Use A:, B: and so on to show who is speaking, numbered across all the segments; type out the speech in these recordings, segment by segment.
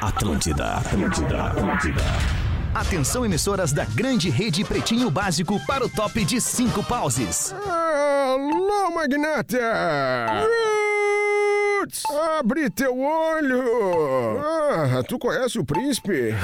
A: Atlântida, Atlântida, Atlântida. Atenção emissoras da grande rede Pretinho Básico para o top de cinco pauses.
B: Alô, magnata! Roots! Abre teu olho! Ah, tu conhece o príncipe?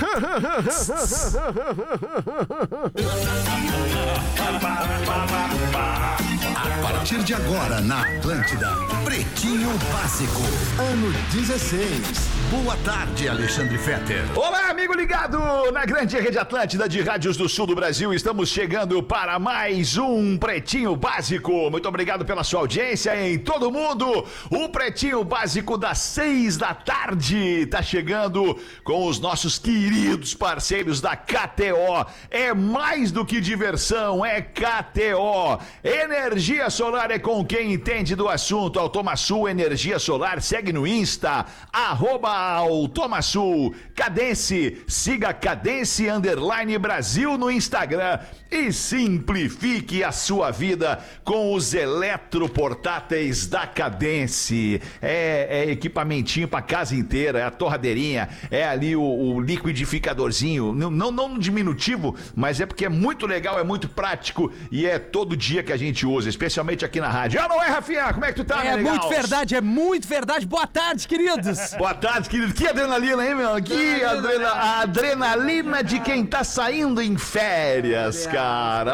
C: A partir de agora na Atlântida, Pretinho Básico, ano 16. Boa tarde, Alexandre Fetter.
D: Olá, amigo ligado na grande rede Atlântida de rádios do sul do Brasil. Estamos chegando para mais um Pretinho Básico. Muito obrigado pela sua audiência em todo mundo. O Pretinho Básico das seis da tarde está chegando com os nossos queridos parceiros da KTO. É mais do que diversão, é KTO. Energia solar é com quem entende do assunto. Automaçul Energia Solar segue no Insta, arroba Automaçul. Cadence, siga Cadence Underline Brasil no Instagram e simplifique a sua vida com os eletroportáteis da Cadence. É, é equipamentinho pra casa inteira, é a torradeirinha, é ali o, o liquidificadorzinho. Não, não, não no diminutivo, mas é porque é muito legal, é muito prático e é todo dia que a gente usa, especialmente aqui na rádio. Ah, não é, Rafinha? Como é que tu tá,
E: É
D: meu legal?
E: muito verdade, é muito verdade. Boa tarde, queridos.
D: Boa tarde, querido. Que adrenalina, hein, meu? Que
E: né?
D: adrena... a adrenalina de quem tá saindo em férias, cara.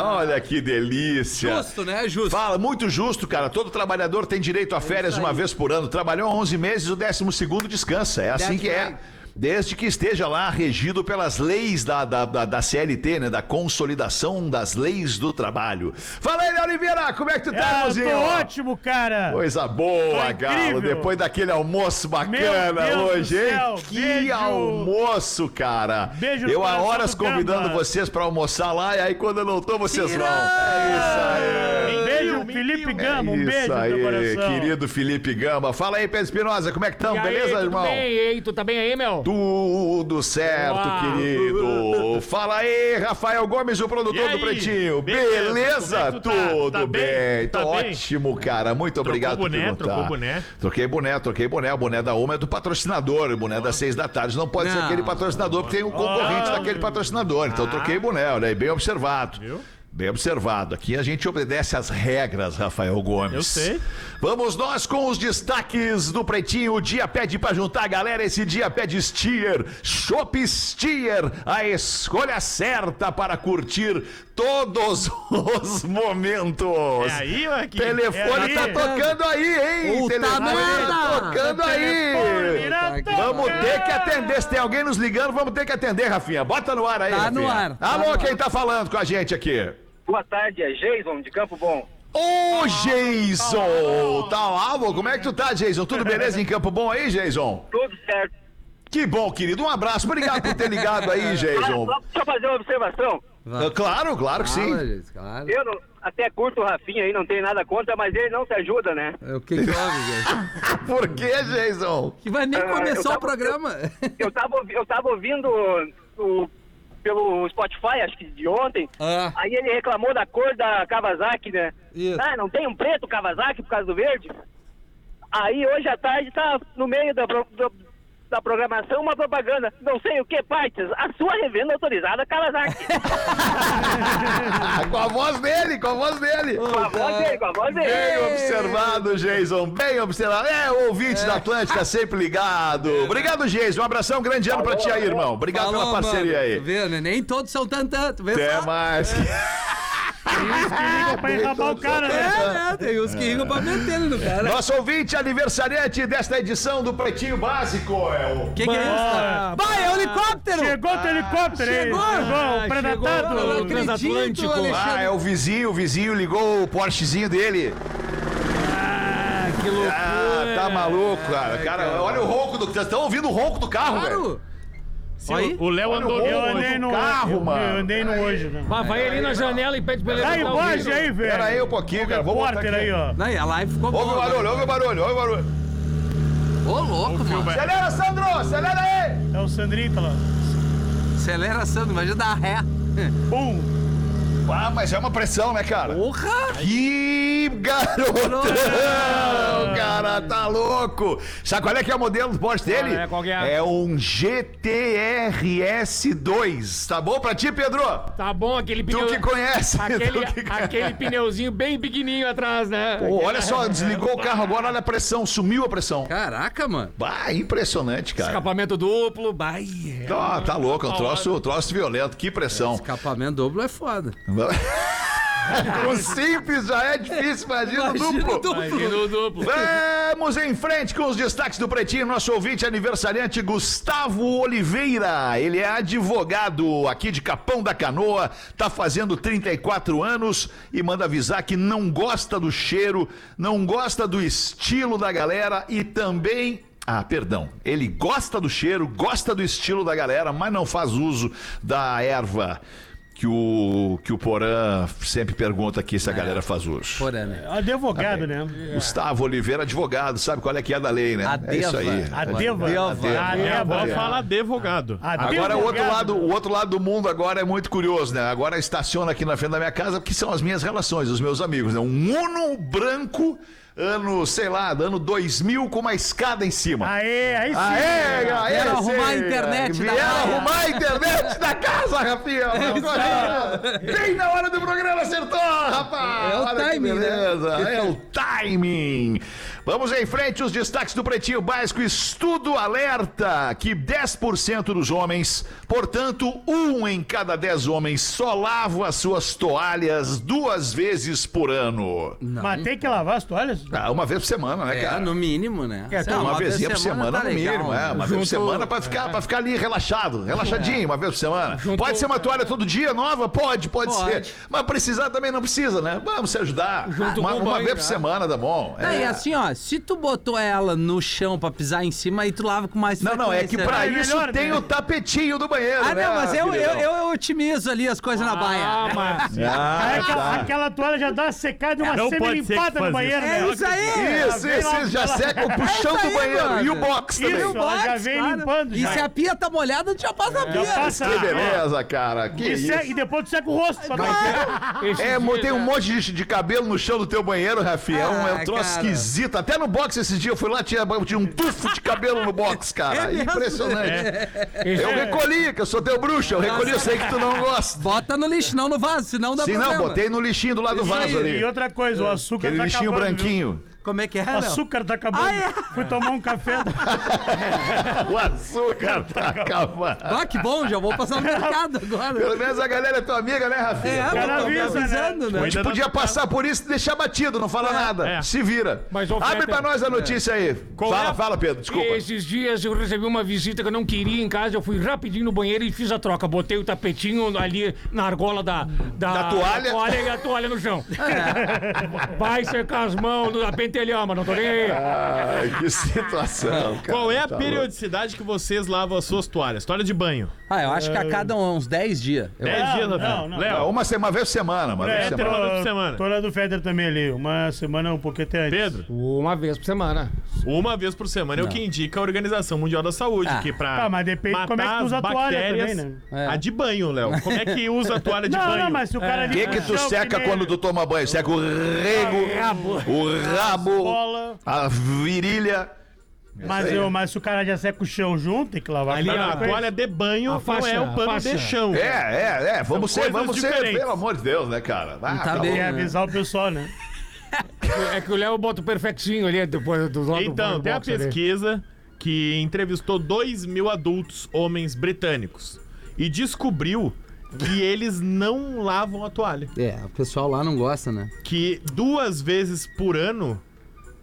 D: Olha que delícia.
E: Justo, né? Justo. É
D: Fala, muito justo, cara. Todo trabalhador tem direito a férias uma vez por ano. Trabalhou 11 meses, o 12 segundo descansa. É assim
E: That's
D: que é.
E: right.
D: Desde que esteja lá regido pelas leis da, da, da, da CLT, né? Da Consolidação das Leis do Trabalho. Fala aí, Léo Oliveira, como é que tu tá,
F: Ah,
D: irmãozinho?
F: tô ótimo, cara.
D: Coisa boa,
F: Foi
D: Galo.
F: Tá incrível.
D: Depois daquele almoço bacana
F: Meu Deus
D: hoje,
F: do
D: hein?
F: céu,
D: que
F: beijo.
D: almoço, cara.
F: Beijo no
D: eu há
F: coração
D: horas
F: do
D: convidando
F: Gamba.
D: vocês pra almoçar lá e aí quando eu não tô, vocês vão. É isso aí.
F: Um beijo, Felipe Gama.
D: É
F: Um beijo
D: isso
F: no teu
D: aí,
F: coração.
D: querido Felipe Gama. Fala aí, Pedro Espinosa, como é que estamos? Beleza, irmão?
F: aí? Tu tá bem aí, meu?
D: Tudo certo,
F: Uau.
D: querido. Fala aí, Rafael Gomes, o
F: E
D: produtor
F: aí?
D: do Pretinho.
F: Beleza,
D: Beleza?
F: como é que tu tá?
D: Tudo
F: Tá
D: bem?
F: bem?
D: Tá,
F: Tá bem?
D: ótimo, cara. Muito obrigado
F: boné,
D: por perguntar.
F: trocou boné?
D: Troquei boné, troquei boné. O boné da Uma é do patrocinador. O boné das seis da tarde não pode ser
E: Não.
D: aquele patrocinador, porque tem um concorrente
F: Ah.
D: daquele patrocinador. Então troquei boné, olha aí, bem observado.
F: Viu?
D: Bem observado. Aqui a gente obedece às regras, Rafael Gomes.
F: Eu sei.
D: Vamos nós com os destaques do Pretinho. O dia pede pra juntar a galera. Esse dia pede Steer. Shop Steer. A escolha certa para curtir todos os momentos.
F: É aí, Marquinhos?
D: Telefone
F: É
D: tá
F: aí.
D: tocando aí, hein?
E: Puta
D: Telefone tá
E: merda.
D: tocando
F: Telefone né,
D: aí.
F: irá
E: Puta que
D: Vamos
F: tocar.
D: ter que atender. Se tem alguém nos ligando, vamos ter que atender, Rafinha. Bota no ar aí,
E: Tá
D: Rafinha.
E: no ar, tá
D: Alô,
E: no ar.
D: quem tá falando com a gente aqui?
G: Boa tarde, é Jason de Campo Bom.
D: Ô, Jason! Tá lá, amor? Como é que tu tá, Jason? Tudo beleza em Campo Bom aí, Jason?
G: Tudo certo.
D: Que bom, querido. Um abraço. Obrigado por ter ligado aí,
G: Ah,
D: Jason.
G: só, só fazer uma observação.
D: Ah, Claro, claro que
E: Fala,
D: sim.
E: gente, claro.
G: Eu não- até curto o Rafinha aí, não tem nada contra, mas ele não se ajuda, né?
E: É, O que que houve, gente?
D: Por que, Jason?
E: Que vai nem
G: Ah, eu
E: começar
G: tava-
E: o programa.
G: Eu tava, ouvi- eu tava ouvindo o- pelo Spotify, acho que de ontem,
E: Ah.
G: aí ele reclamou da cor da Kawasaki, né?
E: Isso.
G: Ah, não tem um preto Kawasaki por causa do verde? Aí hoje à tarde tá no meio da, pro- do- da programação uma propaganda, não sei o que, partes, a sua revenda autorizada Kawasaki.
D: Ah, com a voz dele, com a voz dele.
G: Com a voz dele, com a voz dele.
D: Bem observado, Jason. Bem observado. É, ouvinte da Atlântica, sempre ligado. Obrigado, Jason. Um abração, grande ano pra ti aí, irmão. Obrigado pela
E: Falou,
D: parceria
E: mano.
D: aí.
E: Tu vê, né? Nem todos são tantã. Tu vê
D: Até
E: só?
D: mais.
F: Pra enrabar o cara, né?
E: É, né? Tem uns que ligam pra meter ele no cara.
D: Nosso ouvinte aniversariante desta edição do Pretinho Básico é o.
E: Que que é isso, cara? Vai, é um helicóptero!
F: Chegou o
H: Ah,
F: teu helicóptero aí.
E: Chegou!
F: Chegou o predatado.
E: Eu não acredito,
D: Ah, é
E: Alexandre.
D: o vizinho, o vizinho ligou o Porschezinho dele.
E: Que loucura.
D: Ah, tá maluco, cara. Cara, olha o ronco do. Vocês estão ouvindo o ronco do carro, velho.
E: Claro. Oi?
H: O Léo
D: Olha o
H: andou.
D: roubo
F: Eu andei no
D: carro,
F: eu,
D: mano.
F: Eu andei no hoje, né?
H: Mas vai ali na janela e pede pra ele
F: Tá
H: levantar o
F: embaixo
H: vidro.
F: aí, velho.
D: Pera aí um pouquinho, cara. Vou botar
F: Repórter
D: aqui.
F: aí, ó.
E: Não, e a live ficou
D: Ouve o
E: boa. né?
D: barulho, ouve o barulho, ouve o barulho.
E: Ô, louco, mano.
D: Acelera, Sandro! Acelera aí!
F: É o Sandrinho, tá lá.
E: Acelera, Sandro. Imagina dar ré.
F: Bum.
D: Ah, mas é uma pressão, né, cara?
E: Porra!
D: Que garotão, cara! Ah, tá louco! Sabe qual é que é o modelo do Porsche dele?
H: é, qual que é?
D: um GTRS2. Tá bom pra ti, Pedro?
H: Tá bom aquele
D: Tu
H: pneu.
D: que conhece.
H: Aquele,
D: tu que conhece.
H: aquele pneuzinho bem pequenininho atrás, né?
D: Pô, olha só, desligou o carro agora, olha a pressão, sumiu a pressão.
E: Caraca, mano.
D: Bah, impressionante, cara.
H: Escapamento duplo, vai.
D: Tá, tá louco, é um troço, um troço violento, que pressão.
E: Escapamento duplo é foda.
D: o simples já é difícil, imagina o
E: Imagina
D: duplo.
E: duplo.
H: Pneu duplo.
D: Vamos em frente com os destaques do Pretinho. Nosso ouvinte aniversariante Gustavo Oliveira. Ele é advogado aqui de Capão da Canoa, tá fazendo 34 anos e manda avisar que não gosta do cheiro, não gosta do estilo da galera e também ah, perdão. Ele gosta do cheiro, gosta do estilo da galera, mas não faz uso da erva que o que o Porã sempre pergunta aqui se a galera faz uso.
E: Porra, né?
F: Advogado, né?
H: É.
D: É. Gustavo Oliveira, advogado, sabe qual é que é da lei, né?
E: A
D: É isso
E: Deva.
D: aí.
F: A Deva.
E: Deva.
F: A Deva.
I: Fala advogado.
D: Agora é o outro, lado, o outro lado do mundo agora é muito curioso, né? Agora estaciona aqui na frente da minha casa, porque são as minhas relações, os meus amigos, né? Um Uno branco, ano, sei lá, ano 2000, com uma escada em cima.
F: Aê, aí sim.
D: Aê, aê,
E: Vieram arrumar
D: sim.
E: a internet da
D: Vieram
E: casa.
D: arrumar a internet da casa, Rafinha. Bem na hora do programa acertou, rapaz.
E: É o
D: Olha que
E: timing, né?
D: beleza. É o timing. Vamos em frente, os destaques do Pretinho Básico. Estudo alerta que 10% dos homens, portanto, um em cada 10 homens, só lava as suas toalhas duas vezes por ano.
F: Mas tem que lavar as toalhas?
D: Ah, uma vez por semana, né,
E: É,
D: cara?
E: no mínimo, né?
F: É,
E: Sei
F: tá,
E: lá,
D: uma, vezinha por semana,
E: tá
D: no
E: legal,
D: mínimo, é.
E: né?
D: Uma vez por semana pra ficar, pra ficar ali relaxado, relaxadinho, uma vez por semana. Pode ser uma toalha todo dia, nova? Pode, pode,
E: Pode.
D: ser. Mas precisar também não precisa, né? Vamos se ajudar.
H: Junto
D: uma
H: com o
D: uma
H: banho,
D: vez por
H: né?
D: semana, tá bom.
E: Não,
D: É.
E: e assim, ó, se tu botou ela no chão pra pisar em cima, aí tu lava com mais
D: Não, não, é que
E: frequência,
D: pra
E: né?
D: isso
F: melhor,
D: tem
F: né?
D: o tapetinho do banheiro,
E: Ah,
D: né?
E: não, mas eu, eu,
D: queridão?
E: eu otimizo ali as coisas na
H: Ah,
E: baia.
H: mas
D: Ah,
F: Aí aquela,
D: tá.
F: aquela toalha já dá uma secada e uma
I: Não pode ser que
F: semi-limpada no
I: faz
F: banheiro,
E: É
F: né?
E: isso aí!
D: Isso,
F: vem
D: isso,
F: lá,
D: isso, já
F: vai lá.
D: seca o puxão
E: É isso
D: do
E: aí,
D: banheiro
E: brother.
D: e o box também.
F: Isso. ela já vem limpando
E: E
F: já.
E: se a pia tá molhada, tu já passa a
D: É,
E: pia.
F: passa.
D: Que beleza, cara. Que
F: E,
D: é isso.
F: se- e depois tu seca o rosto pra não
H: esses
D: É, mo-
H: dias,
D: tem um
H: né?
D: monte de, de cabelo no chão do teu banheiro, Rafinha. É um, é um
E: Ah,
D: troço
E: cara.
D: esquisito. Até no box esse dia eu fui lá, tinha, tinha um tufo de cabelo no box, cara.
E: É mesmo?
D: Impressionante.
H: Esse-
D: Eu recolhi, que eu sou teu bruxo. Eu recolhi, eu sei que tu não gosta.
E: Bota no lixo, não no vaso, senão dá
D: Sim, não,
E: problema.
D: botei no lixinho do lado do vaso
F: E
D: ali.
F: outra coisa, o açúcar
D: Aquele
F: tá
D: lixinho
F: acabando. viu?
D: branquinho. né,
E: Como é que é,
F: O
E: não?
F: açúcar tá acabando.
E: Ah, é?
F: Fui tomar um café.
D: O açúcar tá acabando.
E: Ah, que bom, já vou passar no mercado agora.
D: Pelo menos a galera é tua amiga, né, Rafinha?
E: É,
D: Pô,
E: mas tá me
F: avisa, né?
E: avisando, né?
D: A gente podia passar por isso e deixar batido, não fala nada.
I: É.
D: Se vira.
I: Mas, ô,
D: Abre
I: Fetter,
D: pra nós a notícia aí.
I: Qual
D: Fala,
I: é?
D: fala, Pedro, desculpa.
H: Esses dias eu recebi uma visita que eu não queria em casa, eu fui rapidinho no banheiro e fiz a troca. Botei o tapetinho ali na argola da, da,
D: Da toalha?
H: e a toalha no chão. Vai secar as mãos da pentelhama, não tô nem aí.
D: Ai, que situação, cara.
I: Qual é a
D: Tá louco.
I: periodicidade que vocês lavam as suas toalhas? Toalha de banho.
E: Ah, eu acho que a cada uns 10 dias. Eu-
I: 10 dias, Rafael.
F: não, não.
I: Léo,
D: Ah, uma, se- uma vez por semana, uma
F: É,
D: vez por
I: Hétero,
D: semana.
I: uma vez por semana.
F: Toalha do Feder também ali. Uma semana, um pouquinho até antes.
I: Pedro,
H: Uma vez por semana.
I: uma vez por semana é o que indica a Organização Mundial da Saúde,
E: Ah.
I: que pra
F: Tá, mas depende
I: matar
F: como é que tu
I: as
F: usa a toalha
I: bactérias-
F: também, né?
E: É.
I: A de banho, Léo. Como é que usa a toalha de
F: Não,
I: banho?
F: não, mas se o cara
D: O
F: ali.
D: É. que que tu
F: Não,
D: seca
F: nem-
D: quando tu toma banho? Seca o rego, o rabo,
F: Bola.
D: a virilha.
F: Mas, eu, mas se o cara já seca o chão junto, tem que lavar
I: Não,
F: com
I: não, a
F: frequência.
I: toalha de banho
H: A faixa,
I: não é o
H: a
I: pano
H: faixa.
I: de chão.
D: É, é, é. Vamos
I: São
D: ser,
I: coisas
D: vamos ser,
I: diferentes.
D: pelo amor de Deus, né, cara? Ah,
E: tá bem,
F: Tem que
E: né?
F: avisar o pessoal, né?
H: É que o Léo bota o perfectinho ali depois do lado
I: Então,
H: do
I: tem a
H: box ali.
I: pesquisa que entrevistou 2 mil adultos homens britânicos e descobriu que eles não lavam a toalha.
E: É, o pessoal lá não gosta, né?
I: Que duas vezes por ano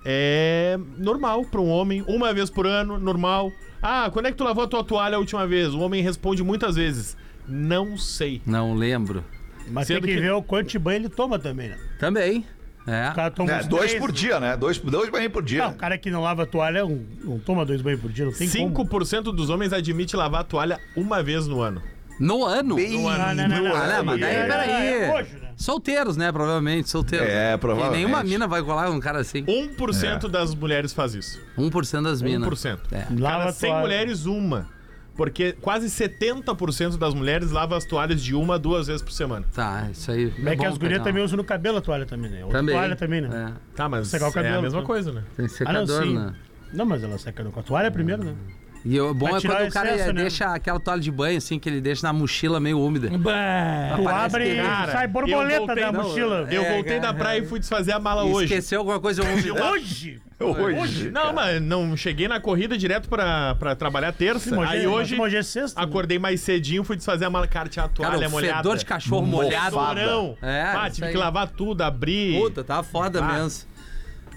I: é normal para um homem. Uma vez por ano, normal. Ah, quando é que tu lavou a tua toalha a última vez? O homem responde muitas vezes. Não sei.
E: Não lembro.
F: Mas
I: Sendo
F: tem que,
I: que-
F: ver o quanto de banho ele toma também, né?
E: Também. É.
F: O cara toma
D: É,
F: uns
D: dois
F: três.
D: por dia, né? Dois, dois banhos por dia.
F: Não,
I: né?
F: o cara que não lava a toalha não, não toma dois banhos por dia, não tem como.
I: 5% dos homens admite lavar a toalha uma vez no ano.
E: No ano?
D: Bem-
E: Ah, não, mas daí,
F: É,
E: peraí.
F: é nojo, né?
E: Solteiros, né? Provavelmente, solteiros.
D: É, provavelmente.
E: E nenhuma mina vai colar um cara assim.
I: 1% das mulheres faz isso.
E: 1% das minas.
I: 1%.
E: É.
I: Cada
F: Lava a
I: 100
F: toalha.
I: mulheres, uma. Porque quase 70% das mulheres lavam as toalhas de uma a duas vezes por semana.
E: Tá, isso aí.
F: É, que
E: bom
F: as gurias
E: pegar.
F: também usam no cabelo a toalha também, né? Outra
E: Também.
F: toalha também, né?
E: É.
I: Tá, mas
F: Secar o
I: é
F: cabelo,
I: a mesma
F: né?
I: coisa, né?
E: Tem secador, né?
F: Não, mas ela seca com a toalha primeiro, né?
E: E o bom
F: Pra
E: é
F: tirar
E: quando
F: o
E: o cara
F: excesso, né?
E: deixa aquela toalha de banho, assim, que ele deixa na mochila meio úmida.
H: Bah.
F: Tu
E: Parece
F: abre
E: que-
F: e
I: Cara,
F: sai borboleta
I: eu voltei-
F: da
I: não,
F: mochila.
I: Eu
E: É,
I: voltei da
E: cara.
I: praia e fui desfazer a mala
E: E
I: hoje.
E: Esqueceu alguma coisa úmida.
F: Hoje!
D: Hoje.
I: Não, mas não cheguei na corrida direto pra, pra trabalhar terça. aí hoje
F: Hoje é sexta.
I: acordei mais cedinho, fui desfazer a mala. Cara, tinha a toalha
E: Cara, o
I: molhada.
E: fedor de cachorro molhado.
I: Fedorão.
E: É,
I: ah,
E: isso
I: tive
E: aí.
I: que lavar tudo, abrir.
E: Puta, tá foda
I: Ah.
E: mesmo.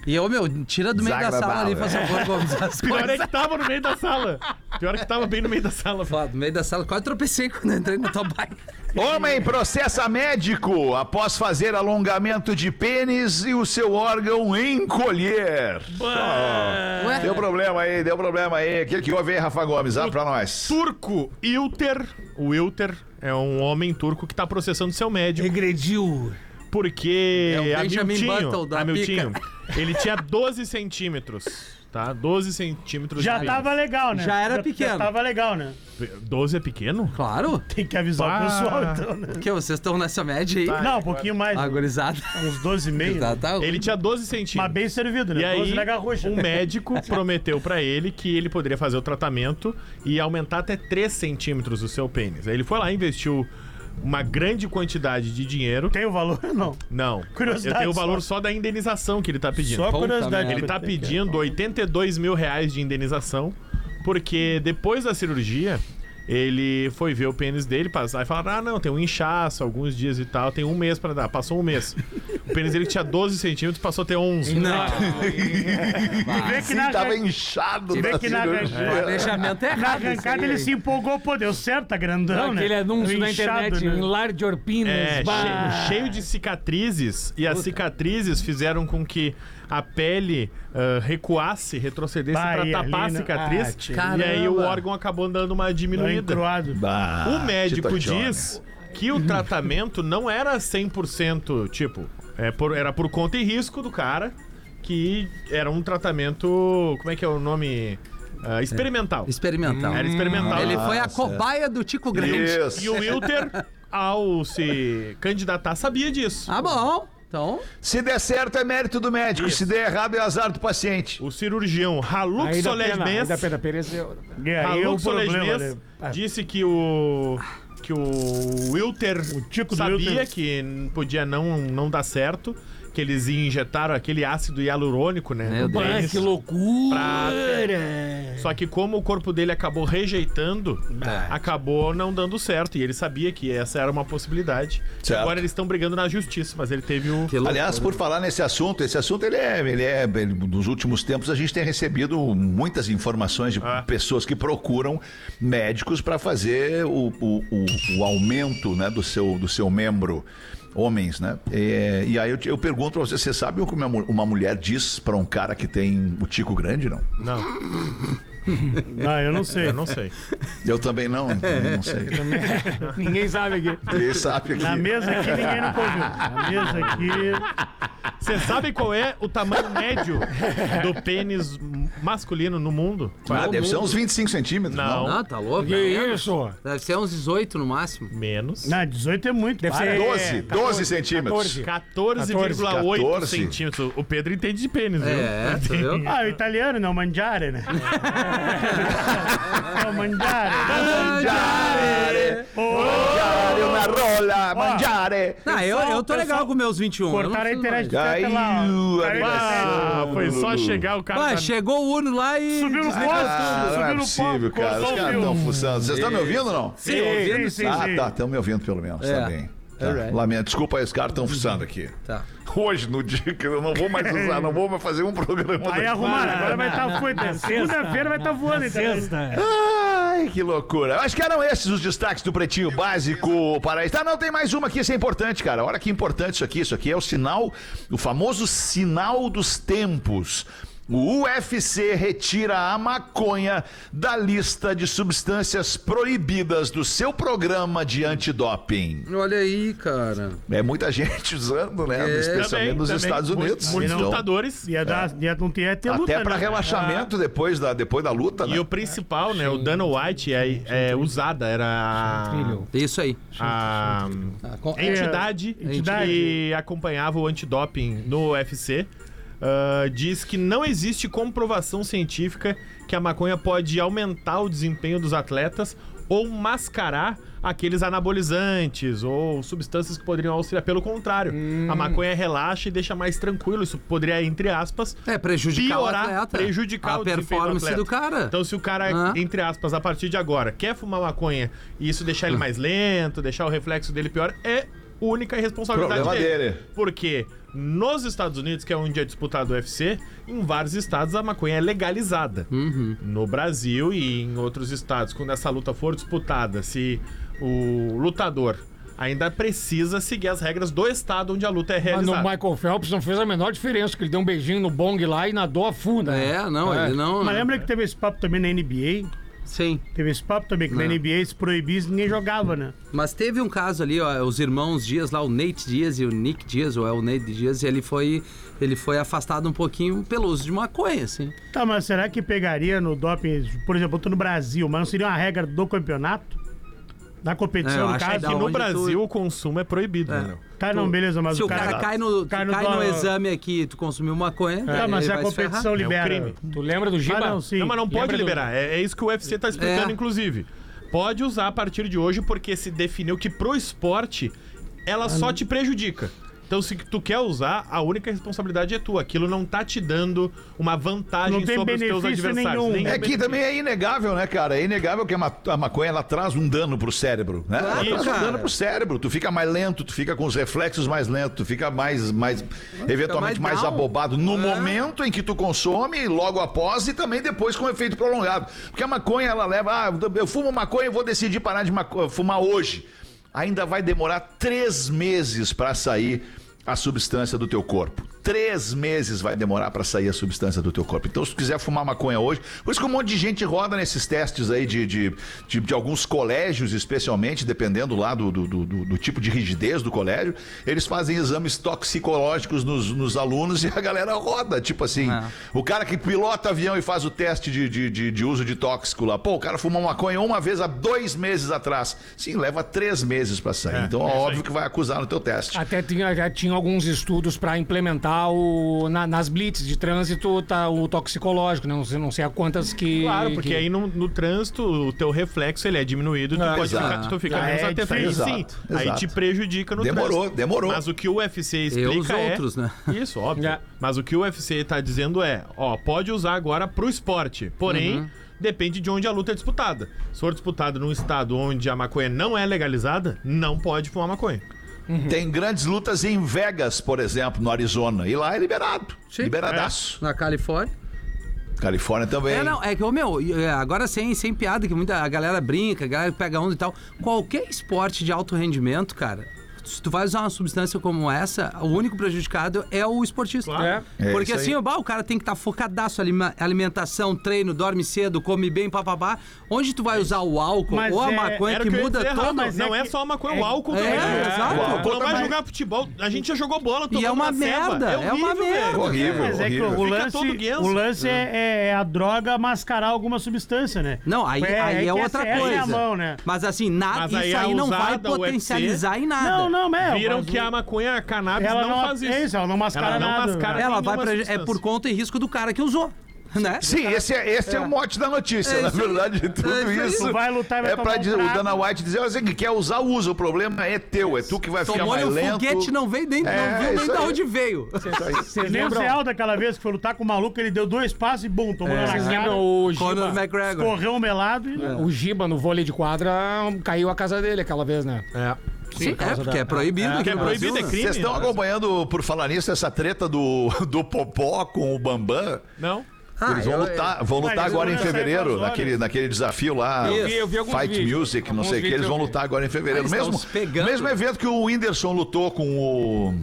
E: E eu, meu, tira do meio da sala ali, faz favor, Gomes. As
I: Pior
E: coisas.
I: é que tava no meio da sala. Pior é que tava bem no meio da sala.
E: Foda, no meio da sala, quase tropecei quando entrei na tua bike.
D: Homem processa médico após fazer alongamento de pênis e o seu órgão encolher.
E: Ué?
D: Deu problema aí, deu problema aí. O que, que houve aí, Rafa Gomes? Abre pra nós.
I: Turco Ilter. O Ilter é um homem turco que tá processando seu médico.
H: Regrediu.
I: Porque
E: É o Benjamin Button
I: Hamiltinho,
E: da
I: Hamiltinho ele tinha 12 centímetros, tá? 12 centímetros
F: Já
I: de
F: tava legal, né?
E: Já era pequeno.
F: Já tava legal, né?
I: pênis. 12 é pequeno?
E: Claro.
F: Tem que avisar
I: Bah.
F: o pessoal, então, né?
E: Porque vocês estão nessa média aí.
F: Não, um pouquinho mais. né?
E: Agorizada.
F: Uns 12 e meio.
E: Tá,
F: né?
E: tá.
I: Ele tinha 12 centímetros.
F: Mas bem servido, né?
I: E aí,
F: 12 na garrocha.
I: um médico prometeu pra ele que ele poderia fazer o tratamento e aumentar até 3 centímetros o seu pênis. Aí ele foi lá e investiu uma grande quantidade de dinheiro.
F: Tem o valor? Não.
I: Não,
F: Curiosidade
I: eu tenho o valor
F: só.
I: só da indenização que ele tá pedindo.
F: Só
E: Puta
F: curiosidade.
E: merda.
I: Ele tá
F: Tem que-
I: pedindo 82 mil reais de indenização, porque depois da cirurgia, ele foi ver o pênis dele passar e falaram: ah, não, tem um inchaço, alguns dias e tal, tem um mês pra dar. Passou um mês. O pênis dele tinha 12 centímetros, passou a ter 11.
E: Não,
F: Vê que na,
D: Tava inchado né?
F: vê
D: na
F: que na-
D: cirurgia.
E: o planejamento é
F: na
E: errado.
F: arrancada
E: isso aí.
F: ele se empolgou, pô, deu certo, tá grandão, né?
H: Aquele anúncio na
F: Inchado,
H: internet,
F: né?
H: enlarge your penis.
I: É,
H: Bah.
I: cheio, cheio de cicatrizes, e as cicatrizes fizeram com que a pele ah, recuasse, retrocedesse
F: Bah,
I: pra
F: e
I: tapar a
F: ali, né? Ah,
I: cicatriz.
F: tio.
I: e aí o
E: Caramba.
I: órgão acabou dando uma
F: Tá
I: diminuída.
F: encruado.
D: Ah,
I: O médico
D: Tito Johnny.
I: diz que o tratamento não era 100%, tipo, é por- era por conta e risco do cara, que era um tratamento, como é que é o
F: É.
I: nome? Ah, experimental.
E: Experimental. Hum.
I: Era experimental.
E: Ele foi a cobaia do Tico Grande.
D: Isso.
I: E o Wilter, ao se candidatar, sabia disso.
E: Ah, bom. Então,
D: Se der certo, é mérito do médico. Se der errado, é azar do paciente.
I: O cirurgião Haluk
H: Aí da pena, aí
I: Solesmes,
H: da pena pereceu.
F: E aí o
I: Haluk
F: problema,
I: Solesmes
F: né? Ah,
I: disse que o que o Wilter
F: tico do
I: sabia
F: Wilter.
I: que n- podia não, não dar certo, que eles injetaram aquele ácido hialurônico, né?
E: Meu
I: no
E: Deus.
H: Bah,
I: pênis.
H: que loucura!
I: Só que como o corpo dele acabou rejeitando,
E: É.
I: acabou não dando certo. E ele sabia que essa era uma possibilidade. E
D: Certo.
I: Agora eles estão brigando na justiça, mas ele teve o...
E: que louco.
D: Aliás, por falar nesse assunto, esse assunto ele é, ele é, ele- nos últimos tempos a gente tem recebido muitas informações de
I: Ah.
D: pessoas que procuram médicos para fazer o, o- o- o aumento, né, do seu, do seu membro, homens, né? É, E, aí eu, te- eu pergunto pra você, você sabe o que uma, mu- uma mulher diz para um cara que tem o tico grande, não?
I: Não,
F: Não, eu não sei.
I: eu não sei.
D: Eu também não, eu também não sei.
H: Ninguém sabe aqui.
D: Ele sabe aqui.
F: Na mesa aqui ninguém nunca ouviu. Na mesa aqui.
I: Você sabe qual é o tamanho médio do pênis masculino no mundo?
D: Ah, deve ser uns 25 centímetros,
I: Não.
E: Não, tá louco.
H: Que isso?
E: Deve ser uns 18 no máximo.
I: Menos.
F: Na 18 é muito.
H: Deve
F: para.
D: 12,
H: ser-
D: 12 centímetros.
H: 14.
I: 14,8
D: 14.
I: centímetros. O Pedro entende de pênis, viu?
E: É, tu viu?
F: Ah, o italiano, não, mangiare, né? É o mangiare.
E: Ah,
D: Mangiare una rola, mangiare.
E: Não, eu, eu tô legal com meus 21. eu não
F: Cortaram a
E: preciso
F: internet
E: mais.
F: até lá.
D: Caiu a
I: Ah, foi só chegar o cara.
E: Ué,
I: tá-
E: chegou o Uno lá e.
F: Subiu no
E: desligou.
D: Ah, não
F: posto, subiu
D: é
F: no
D: possível, cara.
F: posto,
D: Os
F: cortou
D: caras
F: o
D: estão
F: fio.
D: fuçando. Vocês estão me ouvindo ou não?
E: Sim, ouvindo.
F: sim,
D: Ah,
F: sim.
D: tá, estão me ouvindo pelo menos,
E: É.
D: tá bem. Tá.
E: Alright.
D: Lamento, desculpa aí, os caras estão fuçando aqui.
E: Tá.
D: Hoje, no dia que eu não vou mais usar, não vou mais fazer um programa.
F: Aí
D: daqui.
F: arrumaram, É agora vai estar
H: na- na
F: voando.
H: sexta.
F: Segunda-feira vai estar voando, entendeu?
D: É Ai, que loucura. Acho que eram esses os destaques do Pretinho Básico para isso. Ah, não, tem mais uma aqui, isso é importante, cara. Olha que importante isso aqui. Isso aqui é o sinal, o famoso sinal dos tempos. O UFC retira a maconha da lista de substâncias proibidas do seu programa de antidoping.
E: Olha aí, cara.
D: É muita gente usando, né? Especialmente nos
I: É, também. tá
D: Estados
I: Muitos-
D: Unidos.
I: Muitos
D: Então,
I: lutadores.
F: Ia dar, ia, Tá, não ter, ia ter luta,
D: até para
F: né?
D: relaxamento depois, da, depois da luta, né?
I: E o principal, né? O Dana White é, é usada, era a,
E: É isso aí. Ah,
I: a
E: É.
I: entidade que
F: Entidade.
I: acompanhava o antidoping no UFC. ah, diz que não existe comprovação científica que a maconha pode aumentar o desempenho dos atletas ou mascarar aqueles anabolizantes ou substâncias que poderiam auxiliar. Pelo contrário, a maconha relaxa e deixa mais tranquilo. Isso poderia, entre aspas,
E: É, prejudicar
I: piorar,
E: o atleta.
I: prejudicar
E: a
I: o desempenho do
E: performance
I: atleta.
E: do cara.
I: Então, se o cara,
E: Ah.
I: entre aspas, a partir de agora, quer fumar maconha e isso deixar ele mais lento, deixar o reflexo dele pior, é única responsabilidade
D: Problema
I: dele.
D: dele.
I: Porque nos Estados Unidos, que é onde é disputado o UFC, em vários estados a maconha é legalizada. No Brasil e em outros estados, quando essa luta for disputada, se o lutador ainda precisa seguir as regras do estado onde a luta é
H: Mas Ah, no
I: realizada.
H: Michael Phelps não fez a menor diferença, que ele deu um beijinho no bong lá e nadou a fundo.
E: É, não, ele não.
F: Mas lembra que teve esse papo também na NBA?
E: Sim.
F: Teve esse papo também que na NBA se proibisse, ninguém jogava, né?
E: Mas teve um caso ali, ó, os irmãos Dias lá, o Nate Dias e o Nick Dias, ou é o Nate Dias, e ele foi, ele foi afastado um pouquinho pelo uso de maconha, assim.
F: Tá, mas será que pegaria no doping, por exemplo, eu tô no Brasil, mas não seria uma regra do campeonato? Da
E: É, eu
F: competição, no
E: acho
F: caso,
E: que dá
F: que
I: No
E: onde tu-
I: Brasil, o consumo é proibido, né? Léo?
F: Tá, não, beleza, mas
E: Se o cara, cai no,
F: cai no
E: cai no
F: dólar.
E: exame aqui e tu consumiu maconha,
F: Tá,
E: ele
F: mas se
E: vai
F: a
E: se ferrar.
F: competição libera.
I: É um crime.
H: Tu lembra do Giba?
F: Ah, não, sim.
I: Não, mas não pode
H: Lembra do-
I: liberar. É, é isso que o UFC tá explicando,
E: É.
I: inclusive. Pode usar a partir de hoje, porque se definiu que pro esporte ela só te prejudica. Então, se tu quer usar, a única responsabilidade é tua. Aquilo não tá te dando uma vantagem
F: Não tem
I: sobre os teus
F: benefício
I: adversários.
F: nenhum.
D: É que também é inegável, né, cara? É inegável que a ma- a maconha ela traz um dano pro cérebro, né? Ela
E: Claro,
D: traz um
E: cara.
D: dano pro cérebro. Tu fica mais lento, tu fica com os reflexos mais lentos, tu fica mais, mais eventualmente
E: mais
D: mais,
E: down.
D: abobado no
E: É.
D: momento em que tu consome, logo após e também depois com efeito prolongado. Porque a maconha ela leva, ah, eu fumo maconha e vou decidir parar de maco- fumar hoje. Ainda vai demorar três meses pra sair a substância do teu corpo. Três meses vai demorar pra sair a substância do teu corpo. Então, se tu quiser fumar maconha hoje, por isso que um monte de gente roda nesses testes aí de, de, de, de alguns colégios, especialmente, dependendo lá do, do, do- do- do tipo de rigidez do colégio, eles fazem exames toxicológicos nos, nos alunos e a galera roda. Tipo assim,
E: É.
D: o cara que pilota avião e faz o teste de, de, de, de uso de tóxico lá, pô, o cara fumou maconha uma vez há dois meses atrás. Sim, leva três meses pra sair. então, é óbvio que vai acusar no teu teste.
H: Até tinha, já tinha alguns estudos pra implementar o, na- nas blitz de trânsito tá, o toxicológico, né? Não sei, não sei a quantas que.
I: Claro, porque
H: que...
I: aí no, no trânsito o teu reflexo ele é diminuído, tu, pode
D: exato.
I: ficar, tu fica
F: Ah,
I: menos
F: é
I: atento. Aí
D: diferente.
I: sim,
D: Exato,
I: aí
D: exato.
I: te prejudica no
D: Demorou,
I: trânsito.
D: demorou.
I: Mas o que o UFC explica
E: os
I: é-
E: outros, né?
I: Isso, óbvio.
H: É.
I: Mas o que o UFC tá dizendo é, ó, pode usar agora pro esporte, porém...
E: Uhum.
I: Depende de onde a luta é disputada. Se for disputada num estado onde a maconha não é legalizada, não pode fumar maconha.
E: Uhum.
D: Tem grandes lutas em Vegas, por exemplo, no Arizona. E lá é liberado.
E: Sim.
D: Liberadaço.
E: Na Califórnia.
D: Califórnia também.
E: É, não, é que, ô, meu, é, agora sem, sem piada, que muita a galera brinca, a galera pega onda e tal. Qualquer esporte de alto rendimento, cara, se tu vai usar uma substância como essa, o único prejudicado é o esportista.
H: Claro.
D: É. É
E: Porque
D: isso aí.
E: assim, ó, bah, o cara tem que estar focadaço, alima- alimentação, treino, dorme cedo, come bem, papabá. Onde tu vai usar o álcool
F: Mas
E: ou a
F: é-
E: maconha
I: Era
E: que,
I: o eu ia
E: muda
I: dizer,
E: todo...
I: Rafa, mas não é,
F: é que-
I: só a maconha, o
F: é-
I: álcool
E: É,
I: também.
E: exato.
I: Tu não vai
D: Mas-
I: jogar futebol. A gente já jogou bola,
E: E é
I: tocando
E: uma
I: ceba.
E: merda, é uma
I: horrível,
E: merda.
I: velho.
D: Horrível,
F: Mas é que
D: horrível.
F: o
I: Fica
F: lance,
I: todo guenso.
F: o lance é, é- é a droga mascarar alguma substância, né?
E: Não, aí aí é,
F: que
E: outra
F: essa- essa
E: coisa.
F: É a mão, né?
E: Mas assim, nada,
I: Mas
E: isso
I: aí
E: aí,
I: a
E: não vai
I: usada, o UFC,
E: potencializar em nada.
F: Não, não, é.
I: Viram
F: mas
I: que
F: o-
I: a maconha, a cannabis
F: ela
I: não, faz isso.
F: é Ela não mascara
I: Ela não
F: nada.
I: mascara.
E: Ela
I: nenhuma
E: vai pra, é
I: substância.
E: por conta e risco do cara que usou, né?
D: Sim, esse é, esse é o mote da notícia.
E: É
D: Na
E: isso aí.
D: verdade,
E: É
D: tudo
E: isso aí.
D: isso.
F: Tu vai lutar e vai
D: é pra
F: tomar um
D: dizer, o
F: trago.
D: Dana White dizer assim: que quer usar, usa. O problema é teu. É tu que vai ficar
E: Tomou-lhe
D: mais
E: o
D: lento.
E: um foguete, não veio nem,
D: É,
E: não viu nem
D: isso
E: da
D: aí.
E: onde veio.
F: Vocês lembram o Zé Aldo daquela vez que foi lutar com o maluco, ele deu dois passos e bum,
E: É.
F: tomou na
H: Vocês
F: cara,
H: lembram o
E: Conor
H: Giba?
E: McGregor.
F: correu um melado e...
H: O Giba no vôlei de quadra caiu a casa dele aquela vez, né?
E: Sim, é, porque é proibido. aqui
I: Que é
E: no Brasil,
I: proibido, é
E: né?
I: crime.
D: Vocês estão acompanhando, por falar nisso, essa treta do, do Popó com o Bambam?
I: Não.
E: Ah,
D: Eles vão
E: eu-
D: lutar, vão lutar
F: eles
D: agora em
F: vão sair com
D: fevereiro,
F: as horas.
D: naquele, naquele desafio lá,
E: Eu vi-
H: eu vi alguns
D: Fight
H: vídeos.
D: Music, não
H: Alguns
D: sei o que,
H: vídeos
D: eles vão
H: eu vi.
D: lutar agora em fevereiro.
E: Ah, eles
D: mesmo,
E: estão se pegando.
D: mesmo evento que o Whindersson lutou com o...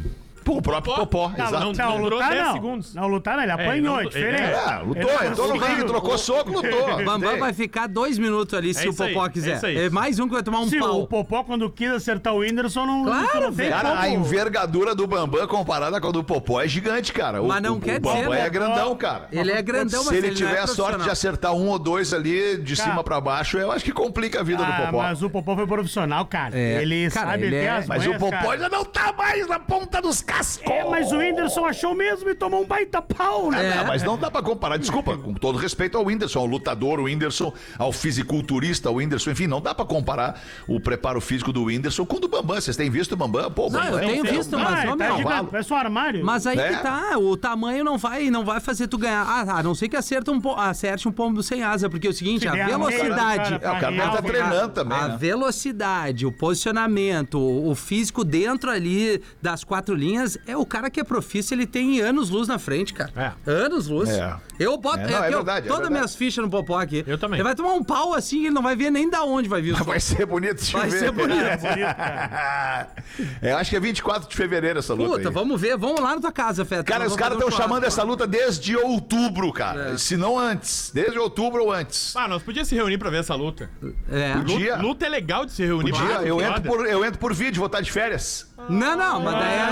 D: O próprio Popó, exato.
I: não-
F: Não,
I: durou
F: lutar
I: 10
F: não.
I: segundos.
F: Não, lutar não. Ele apanhou,
I: não-
F: é diferente.
D: É,
F: Ele
D: lutou,
F: não
D: entrou no
F: conseguiu.
D: ringue, trocou soco, lutou.
E: O Bambam
D: Tem.
E: vai ficar dois minutos ali se
I: É
E: o
I: isso aí,
E: Popó
I: é
E: quiser.
I: isso aí.
E: É mais um que vai tomar um
F: Se o
E: pau.
F: Popó, quando quis acertar o Whindersson, não,
E: Claro,
F: isso não tem
E: velho.
D: Cara, a
F: como.
D: envergadura do Bambam comparada com a do Popó é gigante, cara. O,
E: Mas não
D: o-
E: quer
D: o Bambam
E: dizer,
D: é
E: né?
D: grandão, cara.
E: Ele é grandão, mas
D: Se ele
E: não é
D: tiver a sorte
E: profissional.
D: de acertar um ou dois ali de
F: Cara.
D: cima pra baixo, eu acho que complica a vida do
F: Ah,
D: Popó. Mas,
F: mas o Popó foi profissional, cara.
E: É,
F: Ele
E: cara,
F: sabe
E: ele
F: até
E: é-
F: as
E: Mas
D: o
F: manhas,
D: Popó
F: cara.
D: já não tá mais na ponta dos cascos.
F: É, mas o Whindersson achou mesmo e tomou um baita pau, né?
E: É.
D: Ah, mas não dá pra comparar, desculpa, com todo respeito ao Whindersson, ao lutador, o Whindersson, ao fisiculturista, o Whindersson, enfim, não dá pra comparar o preparo físico do Whindersson com o do Bambam. Vocês têm visto o Bambam? Pô, o
E: Não,
D: Bambam
E: eu
D: é um
E: tenho
D: fenômeno.
E: visto,
F: Ah,
E: mas,
F: ele
E: homem,
F: tá
E: não,
F: gigante, parece um armário.
E: Mas aí
D: É.
E: que tá, o tamanho não vai, não vai fazer tu ganhar. Ah, a não ser que acerta um, po- acerte um pombo sem asa, porque é o seguinte,
F: Se
E: a
F: der a meia do
E: velocidade.
D: É, o cara deve tá
F: Real,
D: treinando também.
E: A
D: né?
E: velocidade, o posicionamento, o o físico dentro ali das quatro linhas, é o cara que é profício, ele tem anos luz na frente, cara. Anos luz.
D: É.
E: Eu boto.
D: É, não, é
E: eu-
D: verdade, é
E: todas
D: verdade.
E: minhas fichas no popó aqui.
I: Eu também.
E: Ele vai tomar um pau assim, ele não vai ver nem da onde vai vir o som.
D: Vai ser bonito de
E: Vai
D: ver.
E: ser bonito.
D: É, acho que é 24 de fevereiro essa luta.
E: Puta,
D: aí.
E: vamos ver, vamos lá na tua casa, Feta.
D: Cara,
E: Nós
D: os
E: vamos
D: caras
E: fazer um
D: estão chamando
E: churrasco. É.
D: essa luta desde outubro, cara. Se não antes. Desde outubro ou antes.
I: Ah, nós podíamos se reunir pra ver essa luta.
E: É.
D: Podia.
I: Luta, luta é legal de se reunir.
D: Podia,
I: Claro,
D: eu
I: foda.
D: entro, por, eu entro por vídeo, vou estar de férias.
E: Não, não, mas daí é.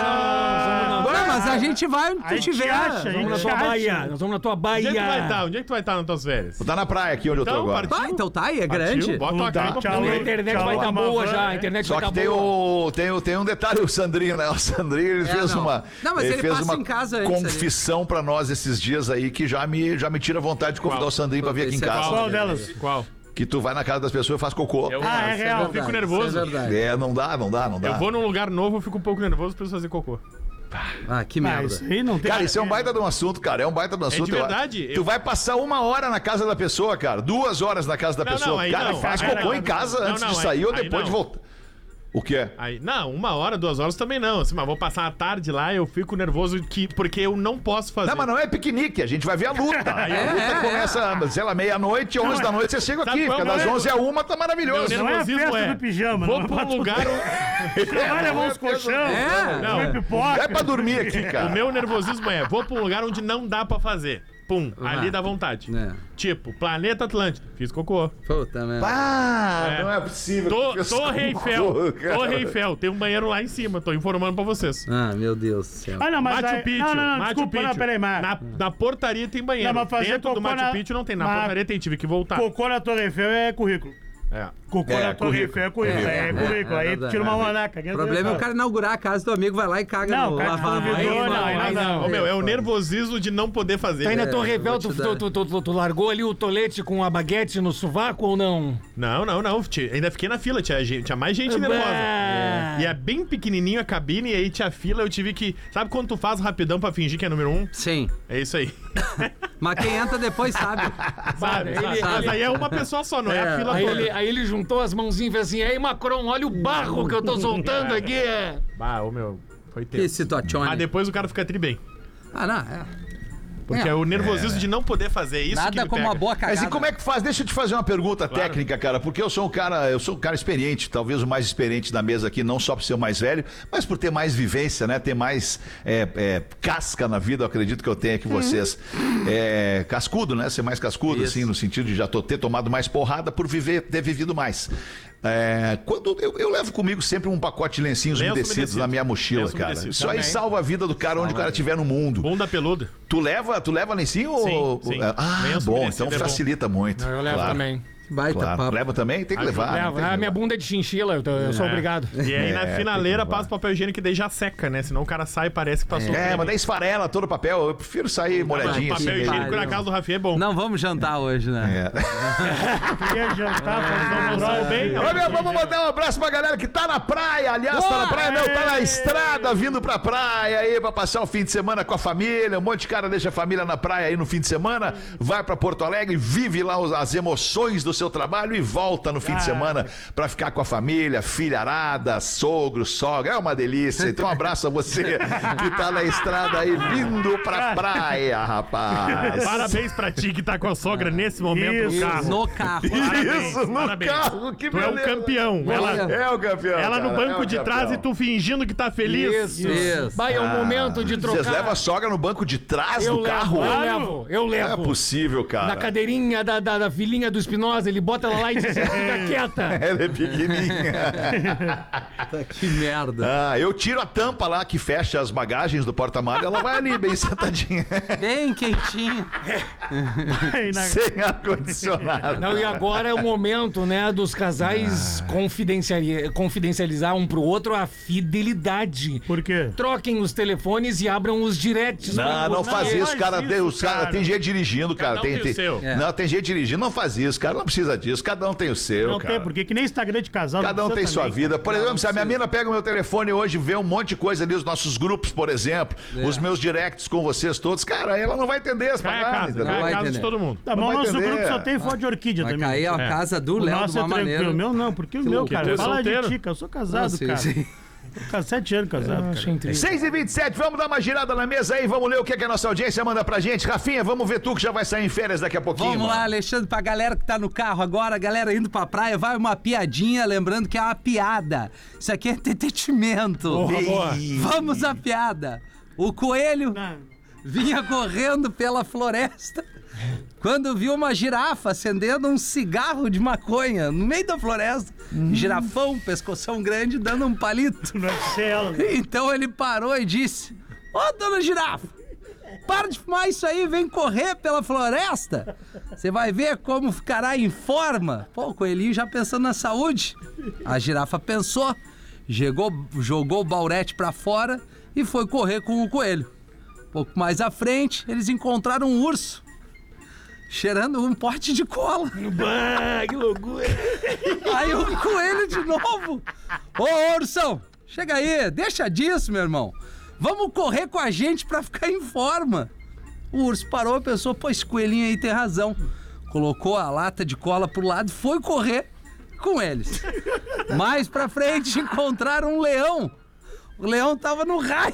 E: Não, mas a gente vai onde
F: Aí
E: tu
F: te
E: tiver.
F: acha,
H: Vamos na
F: gente.
H: tua
F: Chacha.
H: Bahia. Nós vamos na tua
I: Onde é que tu vai estar?
H: Bahia.
I: Onde é que tu vai estar nas tuas férias?
D: Vou estar na praia aqui onde eu tô
I: Então,
D: agora.
I: partiu.
E: Vai, então tá aí, é grande.
I: Bota tua
F: Tá,
I: cara pra
F: tchau.
H: A internet
F: Tchau,
H: vai estar boa
F: Amavan,
H: já.
F: né?
H: A internet
D: Só
H: vai
D: que
H: estar
D: tem,
H: boa.
D: o, tem, o- tem um detalhe, o Sandrinho, né? O Sandrinho ele
E: É,
D: fez
E: não.
D: uma.
E: Não, mas ele
D: fez
E: passa
D: uma
E: em casa antes ali.
D: confissão pra nós esses dias aí que já me, já me tira a vontade de convidar o Sandrinho pra vir aqui em
E: Esse é
D: casa.
E: qual?
F: Qual delas?
I: Qual?
D: Que tu vai na casa das pessoas e faz cocô.
I: Eu,
F: Ah, é
I: isso
F: real.
I: Eu fico
E: Verdade,
I: nervoso.
E: isso É verdade.
D: É, não dá, não dá, não dá.
I: Eu vou num lugar novo, eu fico um pouco nervoso pra fazer cocô.
E: Ah, que
F: Ah,
E: merda.
F: isso aí não tem.
D: Cara, isso é um baita de um assunto, cara. É um baita de um assunto. eu-
I: verdade,
D: Tu
I: eu-
D: vai passar uma hora na casa da pessoa, cara. Duas horas na casa da
I: Não,
D: pessoa.
I: não, aí
D: cara,
I: não.
D: faz
I: Aí
D: cocô
I: não.
D: em casa
I: Não,
D: antes
I: não,
D: de
I: aí-
D: sair ou
I: aí
D: depois de
I: não.
D: voltar. O quê?
I: Aí, não, uma hora, duas horas também não. Assim, mas vou passar a tarde lá, eu fico nervoso que, porque eu não posso fazer.
D: Não, mas não é piquenique, a gente vai ver a luta. Aí a
E: é,
D: luta
E: é.
D: começa, sei lá, meia-noite, 11 da noite, você chega
I: Sabe
D: aqui,
I: qual
D: fica
I: é o
D: das
I: meu-
D: 11 a 1, tá maravilhoso.
F: Não é a festa do pijama,
I: Vou
F: não. é
I: pra um lugar.
F: Você vai levar uns colchão,
E: É.
I: Não.
F: comer pipoca.
D: Vai pra dormir aqui,
I: o
D: cara.
I: meu nervosismo é: vou pra um lugar onde não dá pra fazer. Pum,
D: Uhum.
I: ali dá vontade.
E: É.
I: Tipo, Planeta Atlântico, fiz cocô.
E: Puta merda.
D: Ah,
I: É.
D: não é possível.
I: Tô,
D: que eu sou
I: Torre
D: burro,
I: Eiffel.
D: cara.
I: Torre Eiffel, tem um banheiro lá em cima, tô informando pra vocês.
E: Ah, meu Deus do céu.
F: Ah, não, mas
I: Machu
F: aí-
I: Picchu,
F: Não, não, não,
I: Machu
F: desculpa,
I: Picchu.
F: não, peraí, mas...
I: Na, na portaria tem banheiro.
F: Não, mas fazer
I: Dentro do
F: cocô
I: Machu
F: na-
I: Picchu não tem, na
F: na-
I: portaria tem, tive que voltar.
F: Cocô na Torre Eiffel é currículo.
I: É.
F: Cocô
D: É,
F: na Torre
D: currículo.
F: Eiffel é currículo.
E: É,
F: É,
E: é,
F: currículo.
E: é,
F: aí
E: é
F: tu tira uma
E: verdade.
F: manaca.
E: O problema é o cara inaugurar a casa do amigo, vai lá e caga
F: Não,
E: no
F: o cara
E: lavar-
F: não
E: vai-
F: viu,
E: vai-
F: não, aí
E: vai-
F: não,
E: vai-
F: não. Tá
I: Ô, meu, é o
E: vai-
I: nervosismo de não poder fazer.
H: Tu ainda
E: É,
H: tô rebel,
E: vou te
H: tu,
E: dar.
H: tu, tu, tu- tu largou ali o tolete com a baguete no sovaco ou não?
I: Não, não, não. ti- Ainda fiquei na fila, tinha, gente- tinha mais gente nervosa.
H: Bah.
I: E é bem pequenininho a cabine, e aí tinha fila, eu tive que. Sabe quando tu faz rapidão pra fingir que é número um?
E: Sim.
I: É isso aí.
E: Mas quem entra depois sabe.
I: Sabe?
H: ele-
I: Sabe? Mas aí é uma pessoa só, não é, a fila
H: Aí
I: toda.
H: ele, aí ele juntou as mãozinhas e fez assim: Ei, Macron, olha o barro que eu tô soltando aqui. é."
I: Bah, ô meu, foi
E: Que
I: tenso. Mas
E: situaçone.
I: Ah, depois o cara fica tri bem.
E: Ah, não. é.
I: Porque
E: É.
I: é o nervosismo de não poder fazer isso. que
E: Nada
I: me
E: como
I: pega.
E: uma boa
D: Mas
E: cagada.
D: e como é que faz? Deixa eu te fazer uma pergunta técnica, cara, porque eu sou um cara, eu sou um cara experiente, talvez o mais experiente da mesa aqui, não só por ser o mais velho, mas por ter mais vivência, né? Ter mais é, é, casca na vida, eu acredito que eu tenho aqui vocês. É, cascudo, né? Ser mais cascudo, assim, no sentido de já tô- ter tomado mais porrada por viver, ter vivido mais. É, quando eu, eu levo comigo sempre um pacote de lencinhos
I: Lenço
D: umedecidos
I: umedecido.
D: na minha mochila,
I: Lenço
D: cara.
I: umedecido.
D: Isso aí
I: Também.
D: salva a vida do cara onde o cara estiver no mundo.
I: Bunda peluda.
D: Tu leva, tu leva lencinho?
I: Sim,
D: ou...
I: sim.
D: Ah,
I: Lenço
D: bom,
I: umedecido
D: então
I: é bom.
D: facilita muito.
H: Eu levo
D: claro,
H: também.
E: Baita
D: claro.
E: papo.
D: Leva também? Tem que levar. né?
H: Levo.
D: Tem
H: Ah,
D: que
H: minha
D: levar.
H: bunda é de chinchila, eu, tô- eu sou obrigado.
I: E aí na
D: É,
I: finaleira
D: tem que
I: passa o papel higiênico, que daí já seca, né? Senão o cara sai e parece que passou.
D: É,
I: creme.
D: mas daí esfarela todo o papel. Eu prefiro sair molhadinho assim.
I: Papel
E: meio-
I: higiênico na
E: Não.
I: casa do Rafinha é bom.
E: Não vamos jantar hoje, né?
D: É.
F: Queria jantar,
E: É,
F: fazer um
I: Sou
F: brother.
I: bem,
D: Ô, meu, vamos mandar um abraço pra galera que tá na praia. Aliás, tá na praia, não, tá na estrada, vindo pra praia aí pra passar o fim de semana com a família. Um monte de cara deixa a família na praia aí no fim de semana, vai pra Porto Alegre, vive lá os- as emoções do do seu trabalho e volta no fim de semana pra ficar com a família, filharada, sogro, sogra. É uma delícia. Então, um abraço a você que tá na estrada aí, vindo pra praia, rapaz.
I: Parabéns pra ti que tá com a sogra nesse momento
F: Isso.
I: no carro.
E: No carro.
D: Isso, no
I: parabéns.
D: carro, que
I: Tu é
D: beleza.
I: um campeão. Ela,
D: É o campeão.
I: ela no
D: cara, é
I: banco
D: o
I: de
D: campeão.
I: trás e tu fingindo que tá feliz.
E: Isso. Isso.
H: Vai, é o momento de trocar.
D: Vocês levam a sogra no banco de trás
H: eu
D: do
H: levo,
D: carro?
H: Eu levo, eu
D: Não é
H: levo.
D: possível,
H: Na
D: cara.
H: cadeirinha da, da, da filhinha do Espinosa, ele bota ela lá e diz, fica quieta.
D: Ela é pequenininha.
E: Que merda.
D: Ah, eu tiro a tampa lá que fecha as bagagens do porta-malas, ela vai ali bem sentadinha,
E: Bem quentinho. é.
F: Aí né? na-
D: sem ar-condicionado.
H: Não, e agora é o momento, né, dos casais confidenciali- confidencializar um pro outro a fidelidade.
F: Por quê?
H: Troquem os telefones e abram os directs.
D: Não,
H: pra-
D: não faz
H: Não,
D: isso, cara.
I: isso,
D: Tem- os cara,
I: cara.
D: Tem gente dirigindo, cara.
I: Cada um
D: tem,
I: tem o seu.
E: É.
D: Não, tem gente dirigindo. Não faz isso, cara. Não precisa disso. Cada um tem o seu,
F: Não
D: cara.
F: tem, porque que nem Instagram de casal.
D: Cada um
F: não
D: tem
F: precisa
D: sua
F: também.
D: vida. Por exemplo, se a minha mina pega o meu telefone hoje e vê um monte de coisa ali, os nossos grupos, por exemplo, os meus directs com vocês todos, cara, ela não vai entender as
I: Cai a
D: paradas,
I: casa.
D: entendeu?
I: Cai
E: vai
I: a casa de
E: entender.
I: todo mundo.
F: Tá bom,
D: Vai
F: o nosso
D: entender.
F: grupo só tem foto de orquídea
E: Vai
F: também.
E: cair a
I: É.
E: casa do
F: O
E: Léo de
F: nosso é
E: uma maneira.
F: tranquilo. Meu não, porque o
E: Que
F: meu,
E: loucura.
F: cara.
I: Tu é
F: Fala de
I: solteiro?
F: ti, cara. Eu sou
E: Ah,
F: casado,
E: sim,
F: cara.
E: sim. É,
F: Tô com sete anos casado, cara.
H: Achei incrível.
D: 6 e 27 vamos dar uma girada na mesa aí, vamos ler o que, é que a nossa audiência manda pra gente. Rafinha, vamos ver tu que já vai sair em férias daqui a pouquinho.
E: Vamos lá, Alexandre, pra galera que tá no carro agora, a galera indo pra praia, vai uma piadinha, lembrando que é uma piada. Isso aqui é entretenimento. Vamos à piada. O coelho vinha correndo pela floresta quando viu uma girafa acendendo um cigarro de maconha no meio da floresta. Girafão, pescoção grande, dando um palito.
F: Não é que ser ela. né?
E: Então ele parou e disse: Ô dona girafa, para de fumar isso aí, vem correr pela floresta. Você vai ver como ficará em forma. Pô, o coelhinho já pensando na saúde. A girafa pensou, jogou, jogou o baurete pra fora e foi correr com o coelho. Pouco mais à frente, eles encontraram um urso. Cheirando um pote de cola.
H: Ah, que loucura.
E: Aí o coelho de novo. Ô, Ursão, chega aí, deixa disso, meu irmão. Vamos correr com a gente pra ficar em forma. O urso parou e pensou, pô, esse coelhinho aí tem razão. Colocou a lata de cola pro lado e foi correr com eles. Mais pra frente encontraram um leão. O leão tava no raio.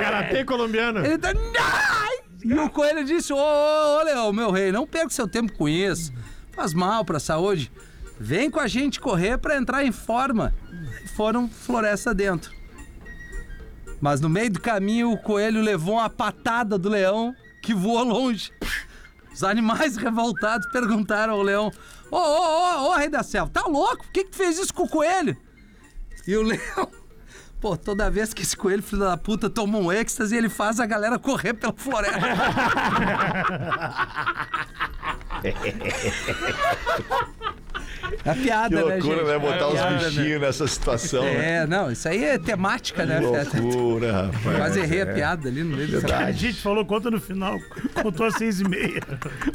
I: Karatê Tá colombiano.
E: Ele tá. Ai! E o coelho disse: Ô, ô, ô, Leão, meu rei, não perca seu tempo com isso. Faz mal pra saúde. Vem com a gente correr pra entrar em forma. E foram floresta dentro. Mas no meio do caminho, o coelho levou uma patada do leão que voou longe. Os animais revoltados perguntaram ao leão: Ô, ô, ô, ô, rei da selva, tá louco? Por que, que tu fez isso com o coelho? E o leão Pô, toda vez que esse coelho, filho da puta, toma um êxtase, ele faz a galera correr pela floresta. É piada,
D: Que
E: né,
D: loucura,
E: gente?
D: né? Botar os
E: piada, né?
D: bichinhos nessa situação, né?
E: É, não, isso aí é temática, né?
D: Que loucura, né? rapaz.
E: Quase errei a piada ali no meio do
F: A gente falou conta no final, contou às seis e meia.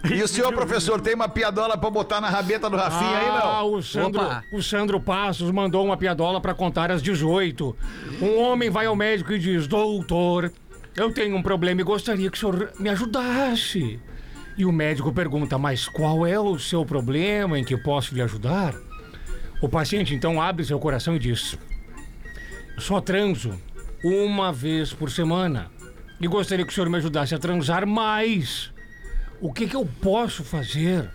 E: É
D: E o senhor, professor, tem uma piadola pra botar na rabeta do Rafinha aí,
H: Ah,
D: não?
H: o Sandro,
E: Opa.
H: o Sandro Passos mandou uma piadola pra contar às 18. Um homem vai ao médico e diz: Doutor, eu tenho um problema e gostaria que o senhor me ajudasse. E o médico pergunta: Mas qual é o seu problema em que posso lhe ajudar? O paciente então abre seu coração e diz: "Eu Só transo uma vez por semana e gostaria que o senhor me ajudasse a transar mais. O que, que eu posso fazer?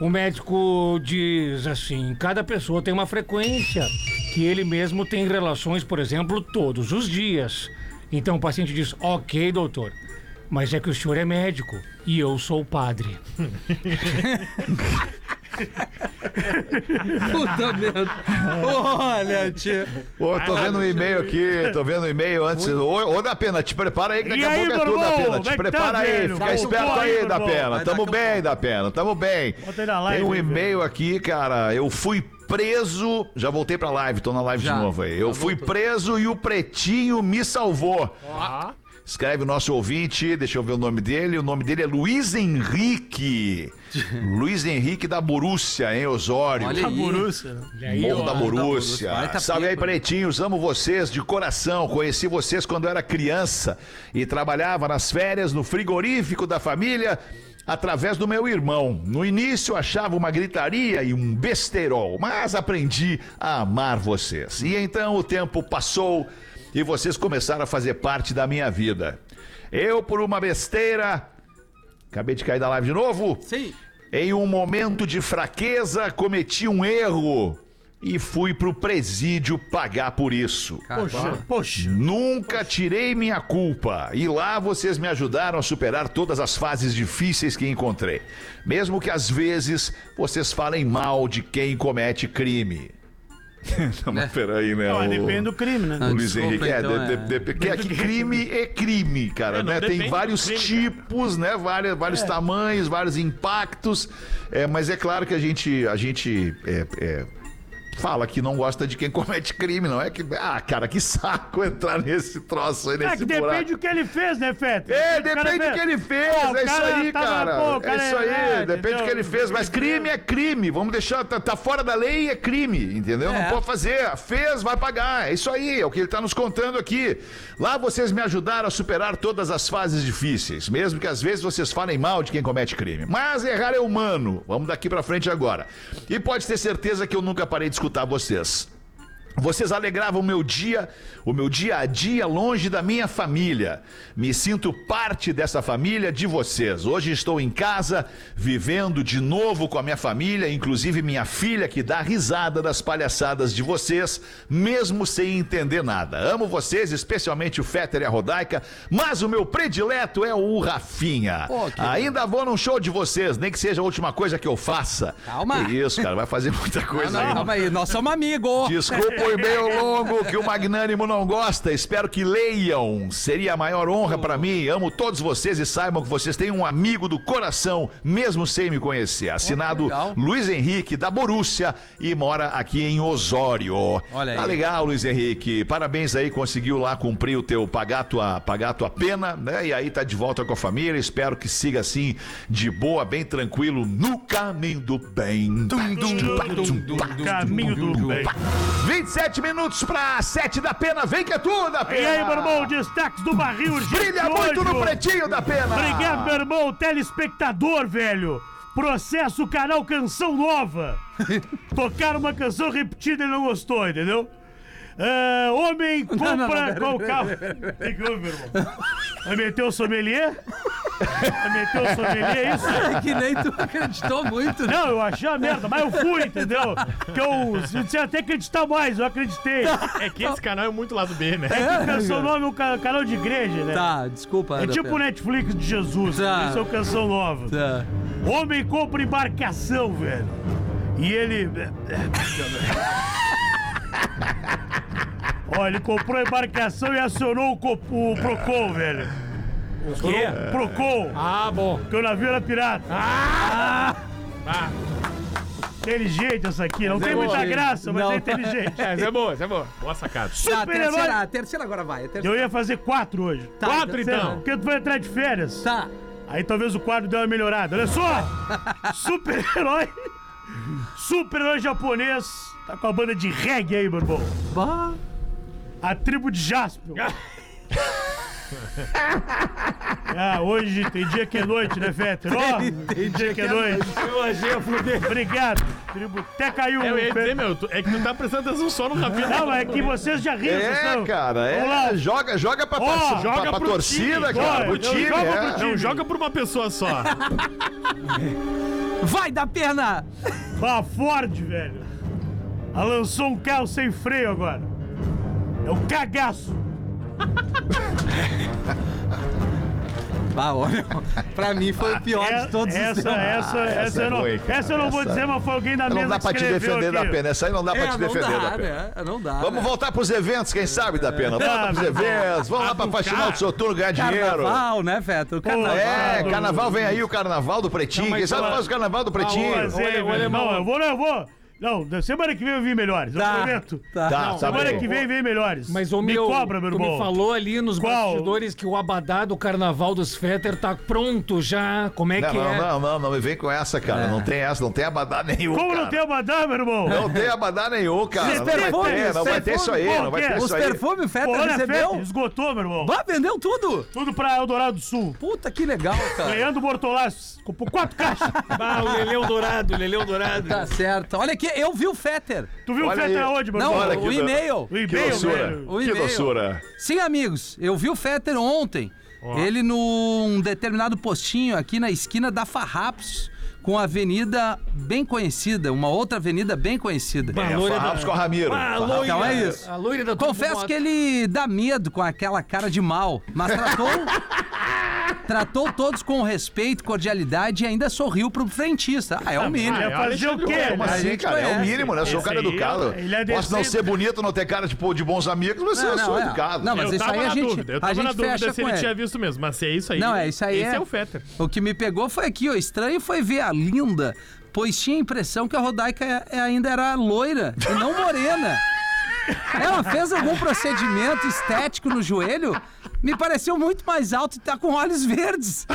H: O médico diz assim: cada pessoa tem uma frequência que ele mesmo tem relações, por exemplo, todos os dias. Então o paciente diz: ok, doutor, mas é que o senhor é médico e eu sou padre.
E: Puta merda. Olha, tio.
D: Ô, tô vendo um e-mail aqui, tô vendo um e-mail antes. Ô, ô, da pena, te prepara aí que daqui
F: E
D: a
F: aí,
D: pouco é tudo
F: Borbô,
D: da pena.
F: como é
D: Te
F: que
D: prepara
F: tá,
D: aí,
F: velho?
D: fica
F: Tá
D: esperto
F: bom,
D: aí,
F: Borbô.
D: da pena.
E: Vai
D: Tamo
E: daqui a
D: bem, da pena, tamo bem.
F: Bota aí na live,
D: Tem um
F: velho.
D: e-mail aqui, cara. Eu fui preso. Já voltei pra live, tô na live
E: Já.
D: de novo aí. Eu fui preso e o pretinho me salvou. Escreve o nosso ouvinte, deixa eu ver o nome dele. O nome dele é Luiz Henrique. Luiz Henrique da Borussia, hein, Osório?
E: Olha aí.
D: Morro da Borússia.
E: Vai, tá
D: Salve aí,
E: pipa.
D: pretinhos. Amo vocês de coração. Conheci vocês quando eu era criança e trabalhava nas férias no frigorífico da família através do meu irmão. No início achava uma gritaria e um besteirol, mas aprendi a amar vocês. E então o tempo passou e vocês começaram a fazer parte da minha vida. Eu, por uma besteira. Acabei de cair da live de novo.
E: Sim.
D: Em um momento de fraqueza, cometi um erro e fui pro presídio pagar por isso.
E: Poxa.
F: Poxa.
D: Nunca tirei minha culpa e lá vocês me ajudaram a superar todas as fases difíceis que encontrei. Mesmo que às vezes vocês falem mal de quem comete crime. Não, mas peraí, né?
F: Não,
D: o-
F: depende do crime, né?
D: o Luiz
E: Desculpa,
D: Henrique, é,
E: então,
D: de-
E: é.
D: de- de- que é que crime é crime, cara,
I: É, não
D: né? Tem
I: depende
D: vários
I: do crime,
D: tipos, né? Várias,
F: É.
D: vários tamanhos, vários impactos, é, mas é claro que a gente, a gente é, é, fala que não gosta de quem comete crime, não é que, ah, cara, que saco entrar nesse troço aí,
F: É
D: nesse
F: que
D: buraco.
F: depende do que ele fez, né, Feta?
D: É,
F: O cara
D: depende do
F: fez-
D: que ele fez,
F: Pô, o
D: é isso
F: cara
D: aí,
F: tava-
D: cara.
F: pô, o cara
D: É isso aí, depende
F: é,
D: do que ele
F: entendeu?
D: fez. Mas crime é crime, vamos deixar, tá, tá fora da lei e é crime, entendeu? Não
E: É.
D: pode fazer, fez, vai pagar. É isso aí, é o que ele tá nos contando aqui. Lá vocês me ajudaram a superar todas as fases difíceis, mesmo que às vezes vocês falem mal de quem comete crime. Mas errar é humano, vamos daqui pra frente agora. E pode ter certeza que eu nunca parei de escutar vocês. Vocês alegravam meu dia, o meu dia a dia longe da minha família. Me sinto parte dessa família de vocês. Hoje estou em casa, vivendo de novo com a minha família, inclusive minha filha que dá risada das palhaçadas de vocês, mesmo sem entender nada. Amo vocês, especialmente o Fetter e a Rodaica, mas o meu predileto é o Rafinha.
E: Pô, que-
D: Ainda vou num show de vocês, nem que seja a última coisa que eu faça.
E: Calma.
D: Que isso, cara, vai fazer muita coisa né?
E: Não,
D: ainda.
E: calma aí, nós somos amigos.
D: Desculpa o e-mail longo que o Magnânimo não gosta. Espero que leiam. Seria a maior honra pra mim. Amo todos vocês e saibam que vocês têm um amigo do coração, mesmo sem me conhecer. Assinado
E: legal.
D: Luiz Henrique, da Borússia, e mora aqui em Osório.
E: Olha aí.
D: Tá legal, Luiz Henrique. Parabéns aí, conseguiu lá cumprir o teu pagar tua, pagar tua pena, né? E aí tá de volta com a família. Espero que siga assim, de boa, bem tranquilo, no caminho do bem. Tum, tum, pá, tum, pá, tum,
F: Caminho do bem.
D: 27 minutos pra 7 da pena. Vem que é tudo, da
F: E
D: pena.
F: aí, meu irmão, destaques do barril urgente
D: Brilha muito
F: hoje.
D: no pretinho da pena.
F: Obrigado, meu irmão, telespectador, velho. Processo canal Canção Nova. Tocaram uma canção repetida e não gostou, entendeu? Ah, homem compra
E: não, não, pera,
F: qual
E: pera,
F: carro? Tem que ouvir, meu irmão. Vai meter o sommelier? Vai meter o sommelier, é isso?
E: Que nem tu acreditou muito. né?
F: Não, eu achei a merda, mas eu fui, entendeu? Porque eu, se eu tinha até que acreditar mais, eu acreditei.
I: É que esse canal é muito lado B, né?
F: Canção Nova é um ca- canal de igreja, né?
E: Tá, desculpa.
F: É
E: Ana
F: tipo o
E: Pena.
F: Netflix de Jesus,
E: Tá.
F: isso é uma canção nova.
E: Tá.
F: Homem compra embarcação, velho. E ele. é, Ó, ele comprou a embarcação e acionou o, co- o Procon, velho. O quê?
H: É,
F: Procon,
H: Ah, bom.
F: porque o navio era pirata.
E: Ah!
F: Ah. Inteligente essa aqui, não tem muita
H: boa.
F: graça, mas
E: Não.
F: é inteligente.
H: Essa é boa, essa é boa.
I: Boa sacada.
E: Tá, a
F: Super-herói.
E: terceira, a terceira agora vai. A terceira.
F: Eu ia fazer quatro hoje.
E: Tá,
F: quatro
E: então.
F: então? Porque tu vai entrar de férias.
E: Tá.
F: Aí talvez o quadro deu uma melhorada. Olha só! Super-herói! Super-herói japonês! Tá com a banda de reggae aí, meu irmão.
E: Bah.
F: A tribo de Jaspel. Ah, hoje tem dia que é noite, né, Fetter? Ó,
E: Tem- tem
F: dia que é noite. Obrigado. Tribo até caiu.
I: É, eu ia dizer,
F: Fetter.
I: meu, tu- é que tu tá prestando atenção só no Rafinha.
F: Não, é que vocês já riram. vocês
D: É,
F: são-
D: cara, é.
F: Vamos lá.
D: Joga, joga pra,
F: Ó,
D: torci-
F: joga
D: pra- pra
F: pro
D: torcida,
F: time,
D: cara.
F: bora.
D: Pro
F: Não,
D: time,
F: joga
D: é.
F: pro time.
I: Não, joga pra uma pessoa só.
E: Vai da pena!
F: Ah, A Ford, velho. Ela lançou um carro sem freio agora. É um cagaço.
E: Bah, olha, pra mim foi o pior
F: É-
E: de todos os
F: essa,
E: tempos.
F: essa, essa,
D: essa é
F: eu não,
D: ruim, cara.
F: essa eu não vou
D: Essa-
F: dizer, mas foi alguém da
D: Não
F: mesa
D: dá
F: que
D: pra te
F: escreveu
D: defender
F: aqui.
D: da pena. Essa aí não dá pra
E: É,
D: te
E: não
D: defender da
E: dá,
D: pena.
E: né? Não dá.
D: Vamos
E: né?
D: voltar pros eventos, quem sabe, da pena. Volta
F: Não,
D: pros
F: não, não.
D: eventos. Vamos lá pra faxinar o seu turno, ganhar dinheiro.
E: Carnaval, né, Feto? O Carnaval.
D: É,
F: Carnaval.
D: carnaval vem aí, o carnaval do pretinho.
I: mas
D: Quem sabe
I: fala-
D: faz o carnaval do
F: Mas
D: pretinho.
F: ele,
I: o alemão-
F: não, eu vou, não, eu vou. Não, semana que vem eu vi melhores, eu
E: Tá,
F: prometo.
E: tá.
D: Tá, tá
F: semana
D: bom.
F: que vem vem melhores.
H: Mas o
F: Me
H: meu,
F: cobra, meu
H: tu
F: irmão.
H: me falou ali nos
F: Qual?
H: bastidores que o abadá do Carnaval dos Fetter tá pronto já. Como é
D: Não,
H: que
D: não,
H: é?
D: não, não, não me vem com essa,
E: É.
D: cara. Não tem essa, não tem abadá nenhum.
F: Como
D: cara.
F: não tem abadá, meu irmão?
D: Não tem abadá nenhum, cara.
E: Os
D: Não vai
E: perfumes,
D: ter, não
E: os
D: vai ter isso aí,
F: perfumes,
D: não vai
F: pô,
D: ter
E: é?
F: que-
E: Os
D: é isso aí.
E: perfumes Feta
F: Porra,
E: recebeu?
F: Feta, esgotou, meu irmão.
E: Bah, vendeu tudo!
F: Tudo pra Eldorado do Sul.
E: Puta que legal, cara.
F: Leandro Bortolassi, com por quatro caixas.
H: Ah, o Leleu Dourado, o Leleu Dourado.
E: Tá certo. Olha aqui, eu vi o Fetter.
F: Tu viu
D: Olha
F: o Fetter
D: aí.
F: aonde, meu
E: Não,
F: irmão?
D: Olha
E: o
D: aqui,
E: e-mail.
F: O
D: Que
F: e-mail,
D: doçura.
F: velho.
E: O
D: Que
E: e-mail.
D: doçura.
E: Sim, amigos, eu vi o Fetter ontem. Ele num determinado postinho aqui na esquina da Farrapos, com a avenida bem conhecida, uma outra avenida bem conhecida.
H: Bah,
D: É,
H: loira da-
D: Farrapos com a Ramiro.
H: Ah, a
D: Farrapos.
H: loira,
E: Então é isso.
H: A loira da
E: Confesso que ele dá medo com aquela cara de mal, mas tratou. tratou todos com respeito, cordialidade e ainda sorriu pro frentista. Ah, é o mínimo.
F: Ia fazer o quê?
D: Como
E: A
D: assim,
E: gente
D: cara? É o
E: conhece.
D: mínimo, né? Eu sou um cara
F: aí,
D: educado.
F: ele é
D: Posso não
F: decente.
D: ser bonito, não ter cara de, pô, de bons amigos, mas um eu sou
E: é.
D: educado.
E: Não, mas
I: eu
E: isso
I: tava
E: aí a
I: na
E: gente,
I: dúvida, eu
E: a
I: tava na
E: gente
I: dúvida
E: fecha
I: se
E: com
I: ele
E: ele.
I: tinha visto mesmo, mas se é isso aí.
E: Não, é isso aí.
I: Esse é, o Fetter.
E: O que me pegou foi aqui, ó. Estranho foi ver a linda, pois tinha a impressão que a Rodaica é- é- ainda era loira e não morena. Ela fez algum procedimento estético no joelho? Me pareceu muito mais alto e tá com olhos verdes.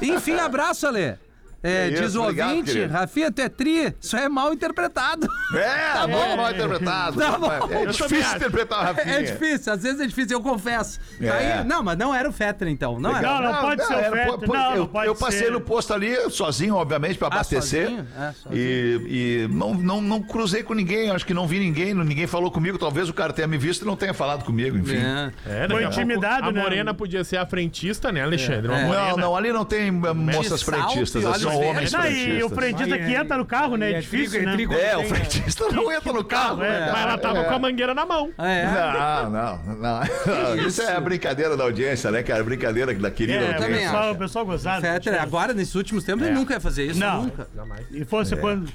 E: Enfim, abraço, Ale. É,
D: É isso,
E: diz o
D: obrigado,
E: ouvinte,
D: querido.
E: Rafinha, tu é tri, isso é mal interpretado.
D: É, muito mal interpretado.
E: Tá bom.
D: É
I: também
D: difícil
I: acho.
D: interpretar o Rafinha.
E: É difícil, às vezes é difícil, eu confesso.
D: É.
E: Aí, não, mas não era o Fetter, então. Não
F: Legal,
E: era.
F: não pode ser o
D: era,
F: Fetter,
D: pô, pô,
F: não,
D: eu,
F: não pode
D: eu passei
F: ser.
D: no posto ali, sozinho, obviamente, pra
E: Ah,
D: abastecer.
E: sozinho? É, sozinho.
D: E, e não, não, não cruzei com ninguém, acho que não vi ninguém, ninguém falou comigo. Talvez o cara tenha me visto e não tenha falado comigo, enfim.
E: É.
I: É,
F: Foi
I: daqui a pouco
F: intimidado,
I: A
F: né?
I: morena podia ser a frentista, né, Alexandre?
E: É.
I: Uma morena.
D: Não, não, ali não tem eh, moças
E: salto e
D: frentistas,
E: olhos
D: são
E: verdes.
D: homens
F: Não, e o
D: frentistas.
F: frentista que entra no carro, né? É difícil, né?
D: É, o frentista não entra no carro.
F: é,
D: né?
I: Mas ela tava com a mangueira na mão.
E: Ah, é.
D: Não, não, não. Isso é a brincadeira da audiência, né, cara? Brincadeira da querida
F: É, o
E: também
D: audiência.
F: pessoal,
E: acho.
F: o pessoal gozado.
E: Fetter, agora, nesses últimos tempos,
D: É.
E: ele nunca ia fazer isso.
F: Não.
E: Nunca.
F: E fosse quando...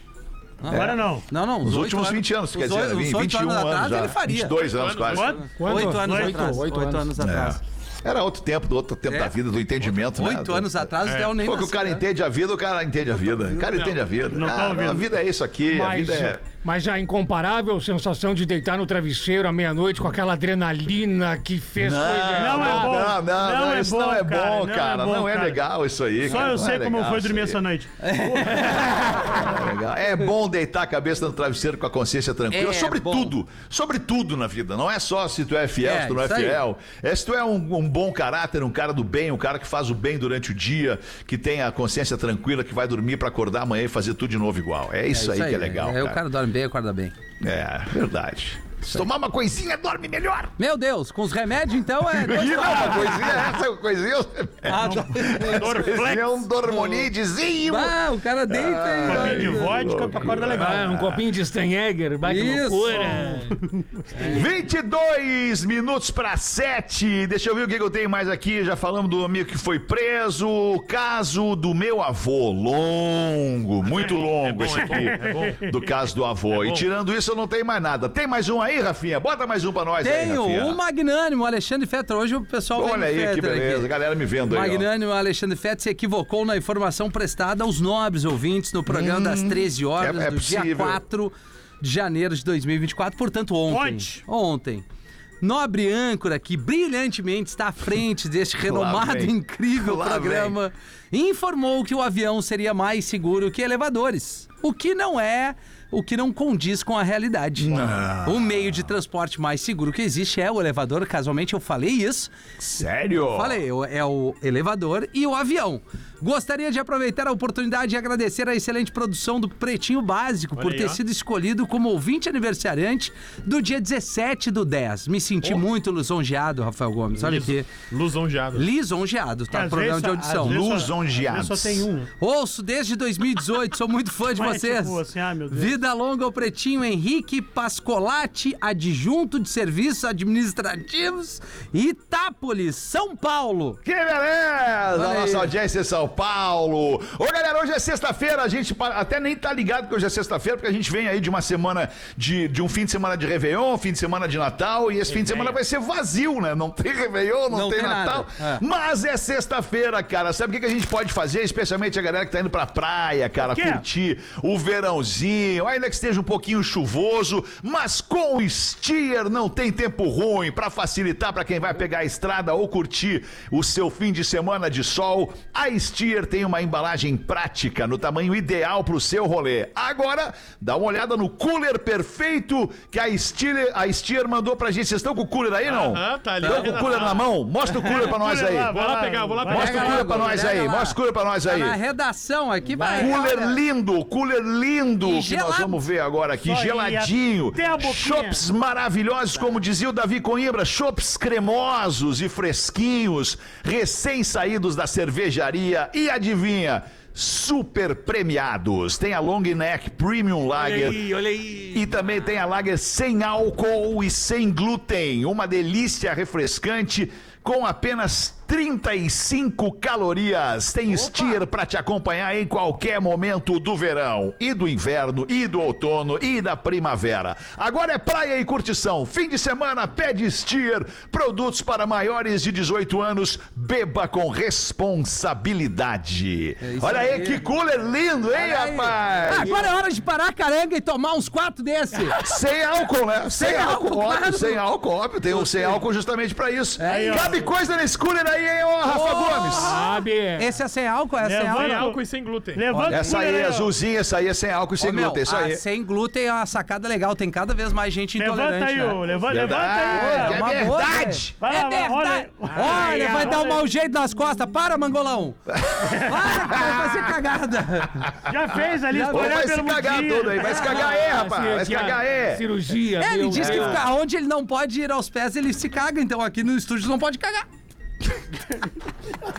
F: Agora não.
E: Não, não.
D: Nos
E: oito
D: últimos
E: anos-
D: 20 anos, quer
E: os
D: dizer,
E: oito- os
D: 20,
E: oito
D: 21
E: anos
D: anos é.
E: atrás
D: já.
E: ele faria.
D: 22 anos quase.
F: Quanto?
E: Oito anos
F: Oito,
E: atrás.
H: oito
E: Oito anos atrás.
D: Era outro tempo, do outro tempo
E: É.
D: da vida, do entendimento, né?
E: Oito anos atrás, o Theo nem
D: Pô, que o
E: nasceu,
D: cara
E: né?
D: entende a vida, o cara entende a vida. O cara entende a vida.
F: não tá
D: Ah,
F: ouvindo.
D: a vida é isso aqui, a
H: Mas,
D: vida é.
H: mas a incomparável sensação de deitar no travesseiro à meia-noite com aquela adrenalina que fez coisa
F: não é
H: errada. né?
F: bom.
D: Não, não,
F: Não
D: não,
F: é
D: isso não é
F: bom,
D: bom,
F: cara, não é
D: cara.
F: bom,
D: Não é
F: cara.
D: legal isso aí.
F: Só
D: cara, não
F: eu sei
D: é
F: como
D: legal É.
F: foi dormir
D: isso
F: essa
D: aí.
F: noite.
D: Não é legal. É bom deitar a cabeça no travesseiro com a consciência tranquila.
E: É
D: sobre
E: bom.
D: tudo. Sobre tudo na vida. Não é só se tu é fiel,
E: É,
D: se tu não é
E: isso aí.
D: fiel. É se tu é um, um bom caráter, um cara do bem, um cara que faz o bem durante o dia, que tem a consciência tranquila, que vai dormir pra acordar amanhã e fazer tudo de novo igual. É isso, aí, que é
E: né?
D: legal.
E: É,
D: cara.
E: o cara dorme bem, acorda bem.
D: É, verdade. Se tomar uma coisinha, dorme melhor.
E: Meu Deus, com os remédios, então, é...
D: Ih, não, uma coisinha, essa coisinha.
E: Ah, tá.
D: Essa coisinha é um dormonidezinho.
E: Ah, o cara deita e...
F: Copinho de vodka com a corda
H: Ah,
F: legal.
H: um copinho de Stanegger, bah, que
E: Isso.
H: loucura.
D: 22 minutos para 7. Deixa eu ver o que, que eu tenho mais aqui. Já falamos do amigo que foi preso. O caso do meu avô. Longo, muito longo esse aqui. Do caso do avô. e tirando isso, eu não tenho mais nada. Tem mais um aí, Rafinha? Bota mais um para nós aí,
E: Tenho
D: Rafinha.
E: o magnânimo Alexandre Fetter. Hoje o pessoal vem no
D: Olha aí, que
E: Fetter aqui.
D: beleza. Galera me vendo aí. ó.
E: Magnânimo Alexandre Fetter se equivocou na informação prestada aos nobres ouvintes no programa das 13 horas
D: é- é
E: do dia
D: possível.
E: 4 de janeiro de 2024, portanto ontem.
F: Ontem.
E: Ontem. Nobre âncora que brilhantemente está à frente deste renomado e
D: vem.
E: incrível
D: Lá
E: programa informou que o avião seria mais seguro que elevadores, o que não é, o que não condiz com a realidade. O meio de transporte mais seguro que existe é o elevador, casualmente eu falei isso,
D: Sério?
E: Falei, o- é o elevador e o avião. Gostaria de aproveitar a oportunidade e agradecer a excelente produção do Pretinho Básico por ter sido escolhido como ouvinte aniversariante do dia 17 do 10. Me senti muito lisonjeado, Rafael Gomes. Olha aqui.
I: Lisonjeado.
E: Lisonjeado, tá?
F: Às
E: Programa
F: vezes-
E: de audição.
F: às vezes-
D: Lisonjeados.
F: Eu só tenho um.
E: Ouço desde 2018, sou muito fã de
F: Mas,
E: vocês.
F: tipo, assim, ah, meu Deus.
E: Vida longa ao pretinho Henrique Pascolati, adjunto de serviços administrativos, Itápolis, São Paulo.
D: Que beleza!
E: Olha
D: A
E: aí.
D: nossa audiência em São Paulo. Ô galera, hoje é sexta-feira, a gente pa- até nem tá ligado que hoje é sexta-feira, porque a gente vem aí de uma semana, de, de um fim de semana de Réveillon, fim de semana de Natal, e esse fim de semana vai ser vazio, né? Não tem Réveillon, não,
E: Não
D: tem,
E: tem nada.
D: Natal.
E: É.
D: Mas é sexta-feira, cara. Sabe o que, que a gente pode fazer, especialmente a galera que tá indo pra praia, cara,
F: quê?
D: curtir o verãozinho, ainda que esteja um pouquinho chuvoso, mas com o Steer não tem tempo ruim. Pra facilitar pra quem vai pegar a estrada ou curtir o seu fim de semana de sol, a Steer tem uma embalagem prática no tamanho ideal pro seu rolê. Agora, dá uma olhada no cooler perfeito que a Steer, a Steer mandou pra gente. Vocês estão com o cooler aí, não?
I: Aham, tá ali.
D: Estão com o cooler na mão? Mostra o cooler pra nós aí.
I: Vou lá pegar, vou lá
F: Vai.
I: pegar.
D: Mostra o
E: Pega
D: cooler
E: logo,
D: pra nós
E: pega
D: aí.
E: lá.
D: Mostra o cooler pra nós Tá aí.
E: Tá Na redação aqui vai.
D: Cooler
E: olha.
D: lindo, cooler lindo
E: E
D: que nós
E: gelado.
D: vamos ver agora aqui,
F: Só ir
D: geladinho.
F: até a boquinha.
D: Chops maravilhosos, como dizia o Davi Coimbra, chops cremosos e fresquinhos, recém-saídos da cervejaria e adivinha, super premiados. Tem a Long Neck Premium Lager
H: olha aí.
D: e também tem a lager sem álcool e sem glúten. Uma delícia refrescante com apenas 35 calorias. Tem Steer para te acompanhar em qualquer momento do verão, e do inverno, e do outono, e da primavera. Agora é praia e curtição. Fim de semana, pede Steer. Produtos para maiores de 18 anos. Beba com responsabilidade.
E: É isso
D: Olha aí,
E: aí.
D: que cooler lindo, hein,
E: Olha aí.
D: rapaz?
E: Ah, Agora é hora de parar a caranga e tomar uns quatro desse.
D: Sem álcool, né? Sem,
E: Sem
D: álcool,
E: álcool,
D: óbvio,
E: claro.
D: sem álcool, óbvio. Tem um sem álcool justamente pra isso.
E: É isso.
D: Cabe coisa nesse cooler aí, hein, ô Rafa
E: Oh!
D: Gomes?
H: Sabe?
E: Esse é sem álcool? É sem
F: Levanta
E: álcool?
I: Sem álcool e sem glúten.
F: Levanta
D: Essa aí é
F: ó.
D: azulzinha, essa aí é sem álcool e sem
E: Ô, meu,
D: glúten, isso
E: a
D: aí.
E: sem glúten é uma sacada legal. Tem cada vez mais gente
F: Levanta
E: intolerante.
F: aí,
E: né?
F: ô, levanta, levanta
D: Verdade,
F: aí.
E: É
F: ó.
E: uma
D: é
E: boa,
D: verdade.
E: velho.
F: Vai
E: é
F: lá, vai,
E: verdade.
F: olha
E: Olha,
F: aí. Ai,
E: vai dar um
F: olha
E: mau
F: aí.
E: jeito nas costas. Para, mangolão. Para, que vai fazer cagada.
F: Já fez ali,
E: Já
D: Ô,
F: espalhar
D: vai
F: pelo Ah,
D: se cagar todo aí, vai se cagar aí, rapaz. Vai se cagar aí.
H: Assim, Cirurgia,
E: É, ele
H: meu
E: diz que
H: Deus.
E: fica, onde ele não pode ir aos pés, ele se caga. Então aqui no estúdio não pode cagar.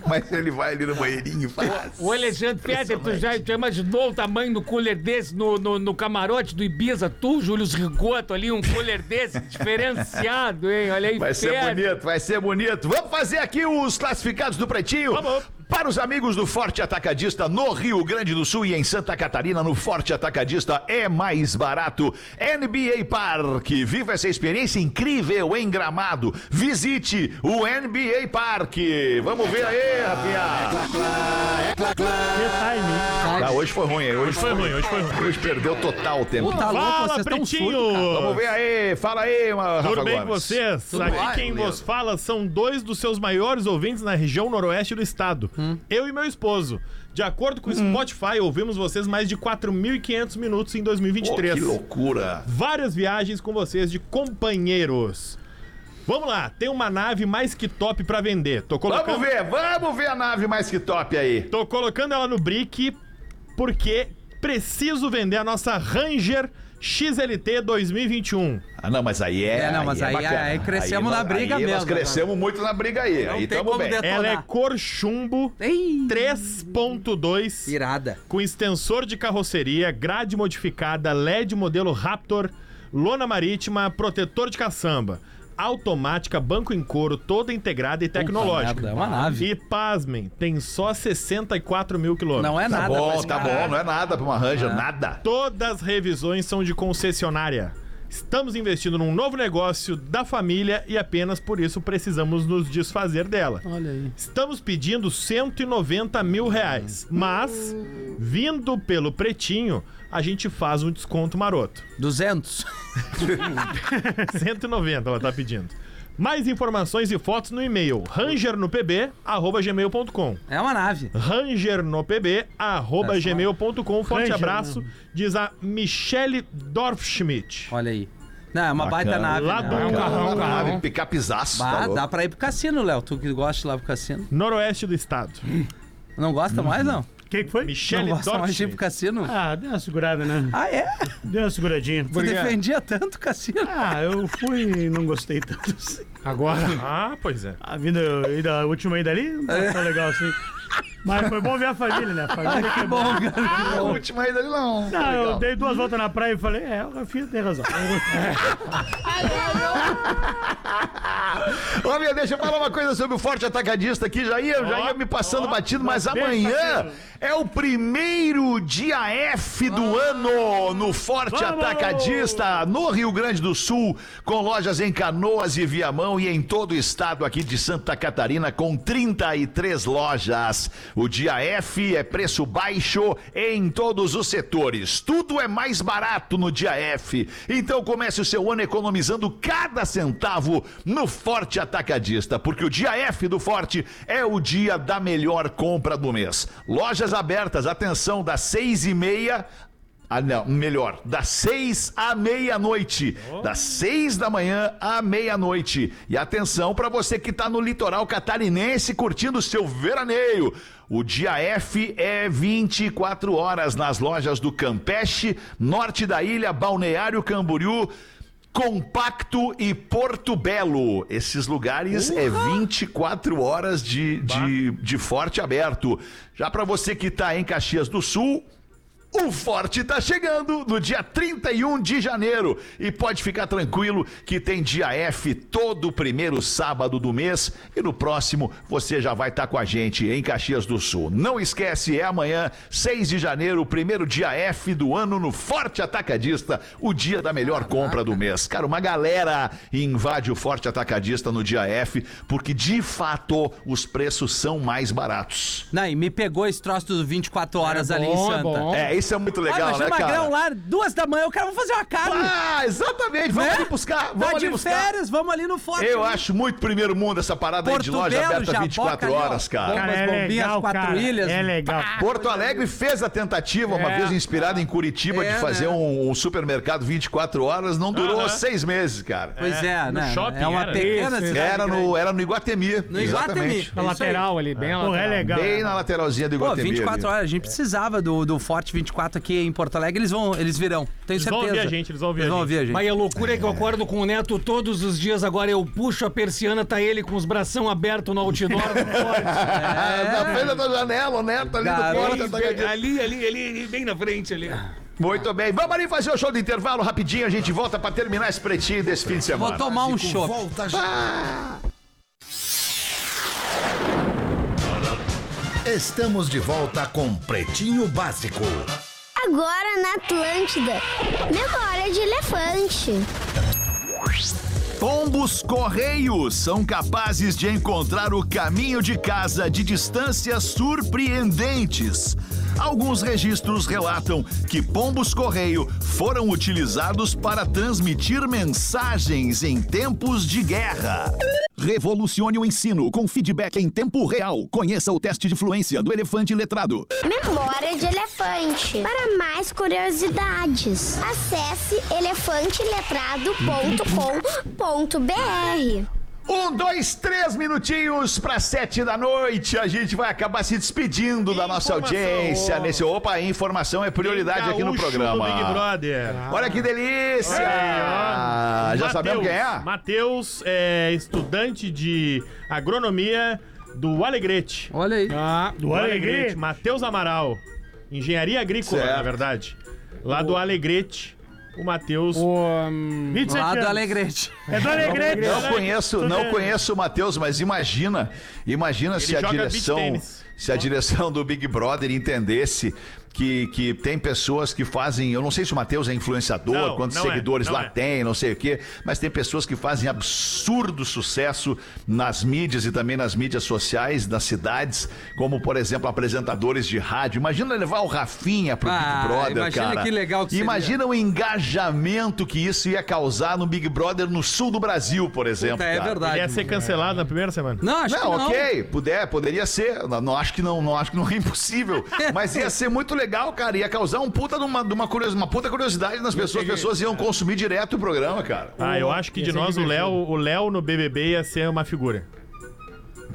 D: Mas ele vai ali no banheirinho e faz.
H: O Alexandre Feder, tu já, já imaginou o tamanho do cooler desse no, no, no camarote do Ibiza? Tu, Júlio Rigoto, ali, um cooler desse diferenciado, hein? Olha aí,
D: Vai ser
H: Feder.
D: bonito, vai ser bonito. Vamos fazer aqui os classificados do Pretinho. Para os amigos do Forte Atacadista no Rio Grande do Sul e em Santa Catarina, no Forte Atacadista é mais barato. NBA Park. Viva essa experiência incrível em Gramado. Visite o NBA Park. Vamos ver aí, rapinha. Ah, hoje foi ruim, hein? Hoje foi ruim, hoje foi ruim. Hoje perdeu total o tempo.
E: Tá louco,
I: Fala,
E: vocês estão surdos.
I: pretinho!
D: Vamos ver aí, fala aí, ma- Rafa
I: Tudo bem com
D: Gomes.
I: vocês?
E: Tudo
I: Aqui
E: bem,
I: quem
E: Leandro.
I: vos fala são dois dos seus maiores ouvintes na região noroeste do estado.
E: Hum.
I: Eu e meu esposo. De acordo com o Spotify, ouvimos vocês mais de 4.500 minutos em
D: Pô, que
I: 2023.
D: loucura.
I: Várias viagens com vocês de companheiros. Vamos lá, tem uma nave mais que top pra vender. Tô colocando,
D: Vamos ver, vamos ver a nave mais que top aí.
I: Tô colocando ela no brick porque preciso vender a nossa Ranger XLT 2021.
D: Ah, não, mas aí é.
E: É, não, mas aí-
D: bacana.
E: aí crescemos
D: nó-
E: na briga
D: aí Nós
E: mesmo,
D: crescemos muito na briga aí.
E: Não
D: aí
E: tem
D: tamo
E: como
D: bem.
E: detonar.
I: Ela é cor chumbo
E: Ei,
I: 3.2
E: pirada.
I: com extensor de carroceria, grade modificada, LED modelo Raptor, lona marítima, protetor de caçamba, automática, banco em couro, toda integrada e tecnológica.
E: merda, é uma nave.
I: E pasmem, tem só 64 mil quilômetros.
E: Não é
D: Tá
E: nada.
D: bom,
E: mas,
D: tá
E: cara, Ah.
D: bom, não é nada pra uma Ranger, nada.
I: Todas as revisões são de concessionária. Estamos investindo num novo negócio da família e apenas por isso precisamos nos desfazer dela.
E: Olha aí.
I: Estamos pedindo 190 mil reais, mas vindo pelo pretinho, a gente faz um desconto maroto.
E: 200.
I: 190 ela tá pedindo. Mais informações e fotos no e-mail rangernopb@gmail.com.
E: É uma nave.
I: rangernopb@gmail.com. Forte
F: Ranger,
I: abraço, diz a Michele Dorfschmidt.
E: Olha aí. Não, é uma baita nave.
I: Lá
E: né?
I: do-
H: É um carrão, um
D: Uma nave
H: carrão.
D: picapizaço.
E: Bah,
D: Tá
E: dá
D: louco.
E: pra ir pro cassino, Léo. Tu que gosta de ir lá pro cassino.
I: Noroeste do estado.
E: Não gosta mais, não?
F: O que que foi?
E: Não
I: Michele
E: gosta mais de ir pro
I: Dorfschmidt.
E: cassino?
F: Ah, deu uma segurada, né?
E: Ah, é?
F: Deu uma seguradinha.
E: Tu defendia tanto o cassino.
F: Ah, eu fui e não gostei tanto assim.
H: Agora.
I: Ah, pois é.
F: A vida e da última ida ali não foi
D: É.
F: tão legal assim. Mas foi bom ver a família, né? A família que é bom.
D: Ah, a última ainda ali não.
F: Não,
D: Legal.
F: Ah, eu dei duas voltas na praia e falei, é, o Rafinha tem razão.
D: Ô, minha, deixa eu falar uma coisa sobre o Forte Atacadista aqui. Já ia, já ia me passando batido, mas
F: bem
D: amanhã
F: batido.
D: é o primeiro dia F do ano no Forte
F: Vamos!
D: Atacadista, no Rio Grande do Sul, com lojas em Canoas e Viamão e em todo o estado aqui de Santa Catarina, com 33 lojas. O dia F é preço baixo em todos os setores. Tudo é mais barato no dia F. Então comece o seu ano economizando cada centavo no Forte Atacadista, porque o dia F do Forte é o dia da melhor compra do mês. Lojas abertas, atenção, das seis e meia ah, não, melhor, das seis à meia-noite. Das seis da manhã à meia-noite. E atenção para você que está no litoral catarinense curtindo o seu veraneio. O dia F é 24 horas nas lojas do Campeche, norte da ilha, Balneário Camboriú. Compacto e Porto Belo. Esses lugares é 24 horas de, de, de forte aberto. Já para você que tá em Caxias do Sul, o Forte tá chegando no dia 31 de janeiro e pode ficar tranquilo que tem dia F todo primeiro sábado do mês e no próximo você já vai estar com a gente em Caxias do Sul. Não esquece, é amanhã, 6 de janeiro, primeiro dia F do ano no Forte Atacadista, o dia da melhor compra do mês. Cara, uma galera invade o Forte Atacadista no dia F porque de fato os preços são mais baratos.
E: Não, e me pegou esse troço dos 24 horas ali em
H: bom, é
E: Santa.
H: bom.
D: É, isso é muito legal,
E: ah,
D: né,
E: imagina o
D: cara?
E: Magrão lá, duas da manhã, o cara vai fazer uma carne.
D: Ah, exatamente. Vamos
E: né?
D: ali buscar. Vamos
E: tá
D: ali
E: de
D: buscar.
E: férias, vamos ali no Forte.
D: Eu acho muito primeiro mundo essa parada aí de
E: Porto
D: loja
E: Belo,
D: aberta
E: Japoca
D: 24
E: ali, ó.
D: horas, cara.
E: Vamos- umas bombinhas, quatro ilhas.
F: É legal.
D: Porto Alegre fez a tentativa, uma
H: É.
D: vez inspirada em Curitiba,
E: É,
D: de fazer
E: né?
D: um, um supermercado 24 horas, não durou
I: Aham.
D: seis meses, cara.
E: Pois é,
I: no
E: né?
I: shopping
E: é uma
I: era.
E: pequena
H: Isso,
E: cidade.
D: Era né?
E: grande.
D: no, era no Iguatemi.
E: No
D: exatamente.
E: Iguatemi.
H: Na
E: É Isso
H: lateral ali, bem lá.
F: Porra, é legal.
D: Bem na lateralzinha do
E: Pô,
D: Iguatemi.
E: 24
D: ali.
E: horas, a gente precisava do, do Forte 24 aqui em Porto Alegre, eles vão, eles virão, tenho
I: Eles vão
E: certeza.
I: ouvir a gente, eles vão ouvir
E: Eles
I: a
E: vão
I: gente.
E: ouvir a gente.
H: Mas a loucura é que eu acordo com o Neto todos os dias, agora eu puxo a persiana, tá ele com os bração abertos no outdoor do forte.
D: Tá Ah, Na frente da janela, o neto ali do
E: É. Garoto.
D: Porto Atacadista.
H: ali, ali, ali, bem na frente ali.
D: Muito bem. Vamos ali fazer o show do intervalo rapidinho, a gente volta pra terminar esse pretinho desse fim de semana.
E: Vou tomar um chopp.
C: Volta já. Estamos de volta com Pretinho Básico.
J: Agora na Atlântida. Memória de elefante.
D: Pombos Correios são capazes de encontrar o caminho de casa de distâncias surpreendentes. Alguns registros relatam que pombos correio foram utilizados para transmitir mensagens em tempos de guerra. Revolucione o ensino com feedback em tempo real. Conheça o teste de fluência do elefante letrado.
J: Memória de elefante. Para mais curiosidades, acesse elefanteletrado.com.br.
D: Um, dois, três minutinhos para sete da noite. A gente vai acabar se despedindo da nossa
I: Informação.
D: audiência. Nesse... Opa, a informação é prioridade aqui no
I: Gaúcho do Big
D: programa.
I: Brother. Ah,
D: Olha que delícia! Já
I: Mateus.
D: sabemos quem é?
I: Matheus é estudante de agronomia do Alegrete.
E: Olha aí.
H: Ah,
F: Do Alegrete.
I: Matheus Amaral. Engenharia agrícola,
D: Certo.
I: na verdade. Lá do Alegrete, o Matheus.
H: o, hum,
F: 27
E: Lá do
F: anos.
E: Alegrete.
F: É do Alegrete.
D: Não conheço, não
F: Tudo-
D: conheço o Matheus, mas imagina, imagina se a
I: joga beach
D: direção,
I: tênis.
D: se a direção do Big Brother entendesse que, que tem pessoas que fazem, eu não sei se o Matheus é influenciador,
I: Não,
D: quantos
I: não é,
D: seguidores
I: não
D: lá
I: é.
D: tem, não sei o quê, mas tem pessoas que fazem absurdo sucesso nas mídias e também nas mídias sociais, nas cidades, como por exemplo apresentadores de rádio. Imagina levar o Rafinha pro
E: Ah,
D: Big Brother,
E: imagina
D: cara.
E: que legal que seria.
D: imagina o engajamento que isso ia causar no Big Brother no sul do Brasil, por exemplo.
E: Puta, é
D: cara.
E: verdade.
I: Ele ia ser cancelado na primeira semana.
E: Não, acho
D: Não,
E: que não.
D: ok, puder, poderia ser. Não, não acho que não, não acho que não é impossível. mas ia ser muito legal, cara. Ia causar um puta de uma, de uma, curiosidade, uma puta curiosidade nas pessoas. As pessoas iam consumir direto o programa, cara.
I: Ah, eu acho que
F: é
I: de nós o Léo, o Léo no BBB ia ser uma figura.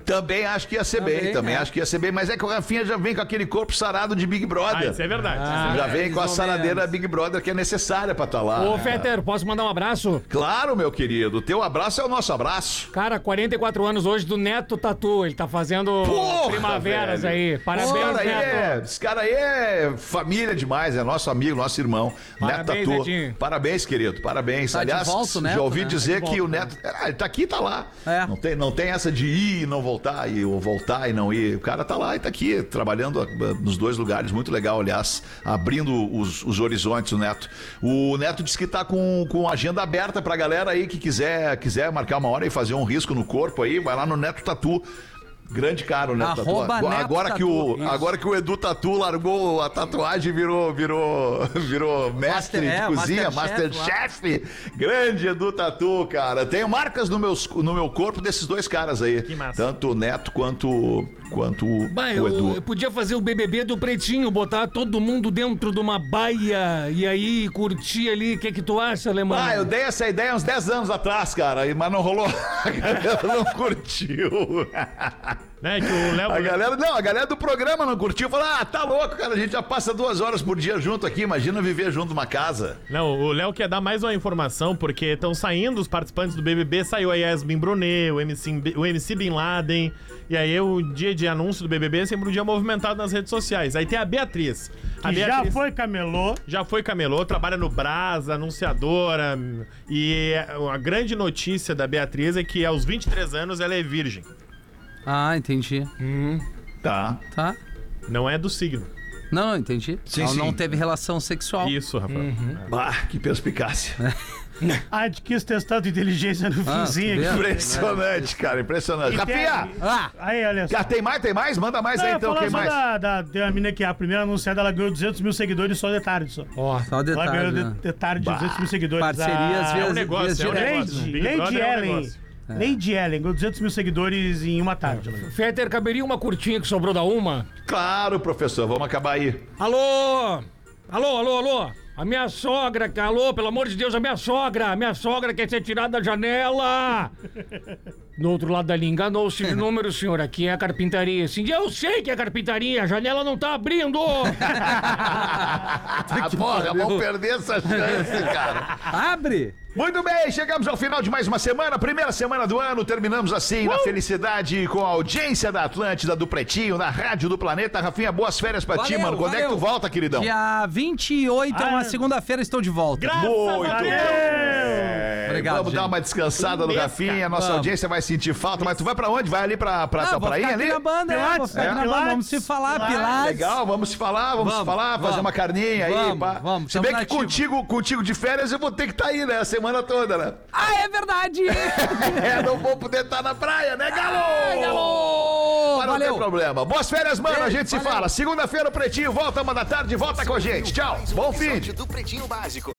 D: Também acho que ia ser bem,
E: Também,
D: também
E: é.
D: acho que ia ser bem. Mas é que o Rafinha já vem com aquele corpo sarado de Big
I: Ah,
D: Brother.
I: isso é verdade.
D: já vem com a
E: mais ou
D: saradeira
E: menos.
D: Big Brother que é necessária pra estar lá.
H: Ô, Fetter, posso mandar um abraço?
D: Claro, meu querido. Teu abraço é o nosso abraço.
H: Cara, 44 anos hoje do Neto Tatu. Ele tá fazendo
D: Porra,
H: primaveras
D: velho.
H: aí. Parabéns,
D: esse cara aí
H: Neto.
D: é, esse cara aí é família demais, é nosso amigo, nosso irmão,
H: Parabéns,
D: Neto
H: Netinho.
D: Tatu. Parabéns, querido, parabéns.
E: Tá de
D: Aliás,
E: volta o Neto,
D: já ouvi
E: né?
D: dizer
H: Tá de
D: que o
H: volta,
D: Neto, ah, ele tá aqui, tá lá.
E: É.
D: Não, tem, não tem essa de ir e não voltar, e, ou voltar e não ir. O cara tá lá e tá aqui, trabalhando ah, nos dois lugares, muito legal, aliás, abrindo os, os horizontes, o Neto. O Neto disse que tá com, com agenda aberta pra galera aí que quiser, quiser marcar uma hora e fazer um risco no corpo aí, vai lá no Neto Tatu. Grande caro, né?
E: Arroba
D: Tatu? Agora-
E: Neto
D: Agora que
E: Tatu,
D: o
E: isso.
D: agora que o Edu Tatu largou a tatuagem, virou virou virou mestre
E: Master- é,
D: de cozinha,
E: Masterchef
D: masterchef. Grande Edu Tatu, cara. Tenho marcas no meu no meu corpo desses dois caras aí. Que
I: massa.
D: Tanto o Neto quanto quanto o-
H: Bah,
D: o
H: eu,
D: Edu.
H: eu podia fazer o BBB do Pretinho, botar todo mundo dentro de uma baia e aí curtir ali. O que, que tu acha, alemão?
D: Ah, eu dei essa ideia uns 10 anos atrás, cara, e- mas não rolou. A galera não curtiu.
I: Né, que o
D: A
I: Léo...
D: galera, não, a galera do programa não curtiu. Falou, ah, tá louco, cara, a gente já passa duas horas por dia junto aqui. Imagina viver junto numa casa.
I: Não, o Léo quer dar mais uma informação, porque estão saindo os participantes do BBB. Saiu a Yasmin Brunet, o MC, Bin- o MC Bin Laden. E aí o dia de anúncio do BBB é sempre um dia movimentado nas redes sociais. Aí tem a Beatriz. A
F: Que já
I: Beatriz-
F: foi camelô.
I: Já foi camelô, trabalha no Brás, anunciadora. E é, a grande notícia da Beatriz é que aos 23 anos ela é virgem.
E: Ah, entendi.
D: Tá.
E: Tá.
I: Não é do signo.
E: Não, não, entendi.
D: Sim,
E: Ela não
D: sim.
E: teve relação sexual.
I: Isso, Rafael.
F: Uhum.
D: Bah, que perspicácia.
F: Ah, de que esse testado de inteligência no
E: Ah,
F: finzinho
E: tu
F: aqui.
D: Impressionante, cara, impressionante.
F: E tem-
D: Rafinha!
E: Ah!
F: Aí, olha só.
D: Ah, tem mais, tem mais? Manda mais
F: Não, eu
D: aí
F: ia
D: então,
F: falar
D: quem
F: só
D: mais?
F: Da, da, tem uma mina que é a primeira anunciada, ela ganhou 200 mil seguidores só de tarde. Só.
H: Ó,
E: Só o
F: Ela
E: detalhe.
F: ganhou
E: né?
F: de, de tarde 200 mil seguidores. Ah,
E: Parcerias
F: a...
E: via-
I: um negócio,
E: vias
I: é um
E: diretas.
I: negócio.
F: Lady,
I: Big
F: Lady
I: Brother é um
F: Ellen.
I: negócio.
F: Lady Ellen ganhou 200 mil seguidores em uma tarde. ela ganhou.
H: Fetter, caberia uma curtinha que sobrou da uma?
D: Claro, professor, vamos acabar aí.
H: Alô! Alô, alô, alô! A minha sogra, cara, alô, pelo amor de Deus, a minha sogra! A minha sogra quer ser tirada da janela! Do outro lado da linha, enganou-se de número, senhor. Aqui é a carpintaria. Sim, eu sei que é carpintaria, a janela não tá abrindo!
D: Ah, porra, vamos perder essa chance, cara.
E: Abre!
D: Muito bem, chegamos ao final de mais uma semana, primeira semana do ano. Terminamos assim, na felicidade, com a audiência da Atlântida, do Pretinho, na Rádio do Planeta. Rafinha, boas férias pra ti,
E: Valeu,
D: mano. Quando é que
E: valeu.
D: tu volta, queridão?
E: Dia 28 é uma segunda-feira, estou de volta.
D: Tá Muito
I: então.
D: bem.
E: Obrigado,
D: É, Vamos dar
E: gente.
D: uma descansada no Rafinha. Nossa
E: Vamos.
D: audiência vai sentir falta. Mas tu vai pra onde? Vai ali pra, pra
E: Ah, vou
D: Itapraí
E: ficar aqui
D: ali? Ah,
E: na banda, é, vou
F: Pilates,
E: ficar aqui na
F: é.
E: banda, vamos se falar, Pilates.
D: Legal, vamos se falar, vamos, se
E: Vamos,
D: falar, fazer
E: vamos.
D: uma carninha aí.
E: Vamos,
D: pá.
E: vamos,
D: se
E: tamo
D: bem que
E: na ativa.
D: contigo, contigo de férias eu vou ter que estar aí, né? A semana toda, né?
E: Ah, é verdade!
D: É, não vou poder estar na praia, né, galo?
E: Alô!
D: Mas não tem
E: Ah, Valeu!
D: problema. Boas férias, mano. a
E: Beijo,
D: gente se
E: valeu.
D: fala. Segunda-feira, o Pretinho volta uma da tarde. Volta com a gente. Tchau. Bom fim.
A: do Pretinho Básico.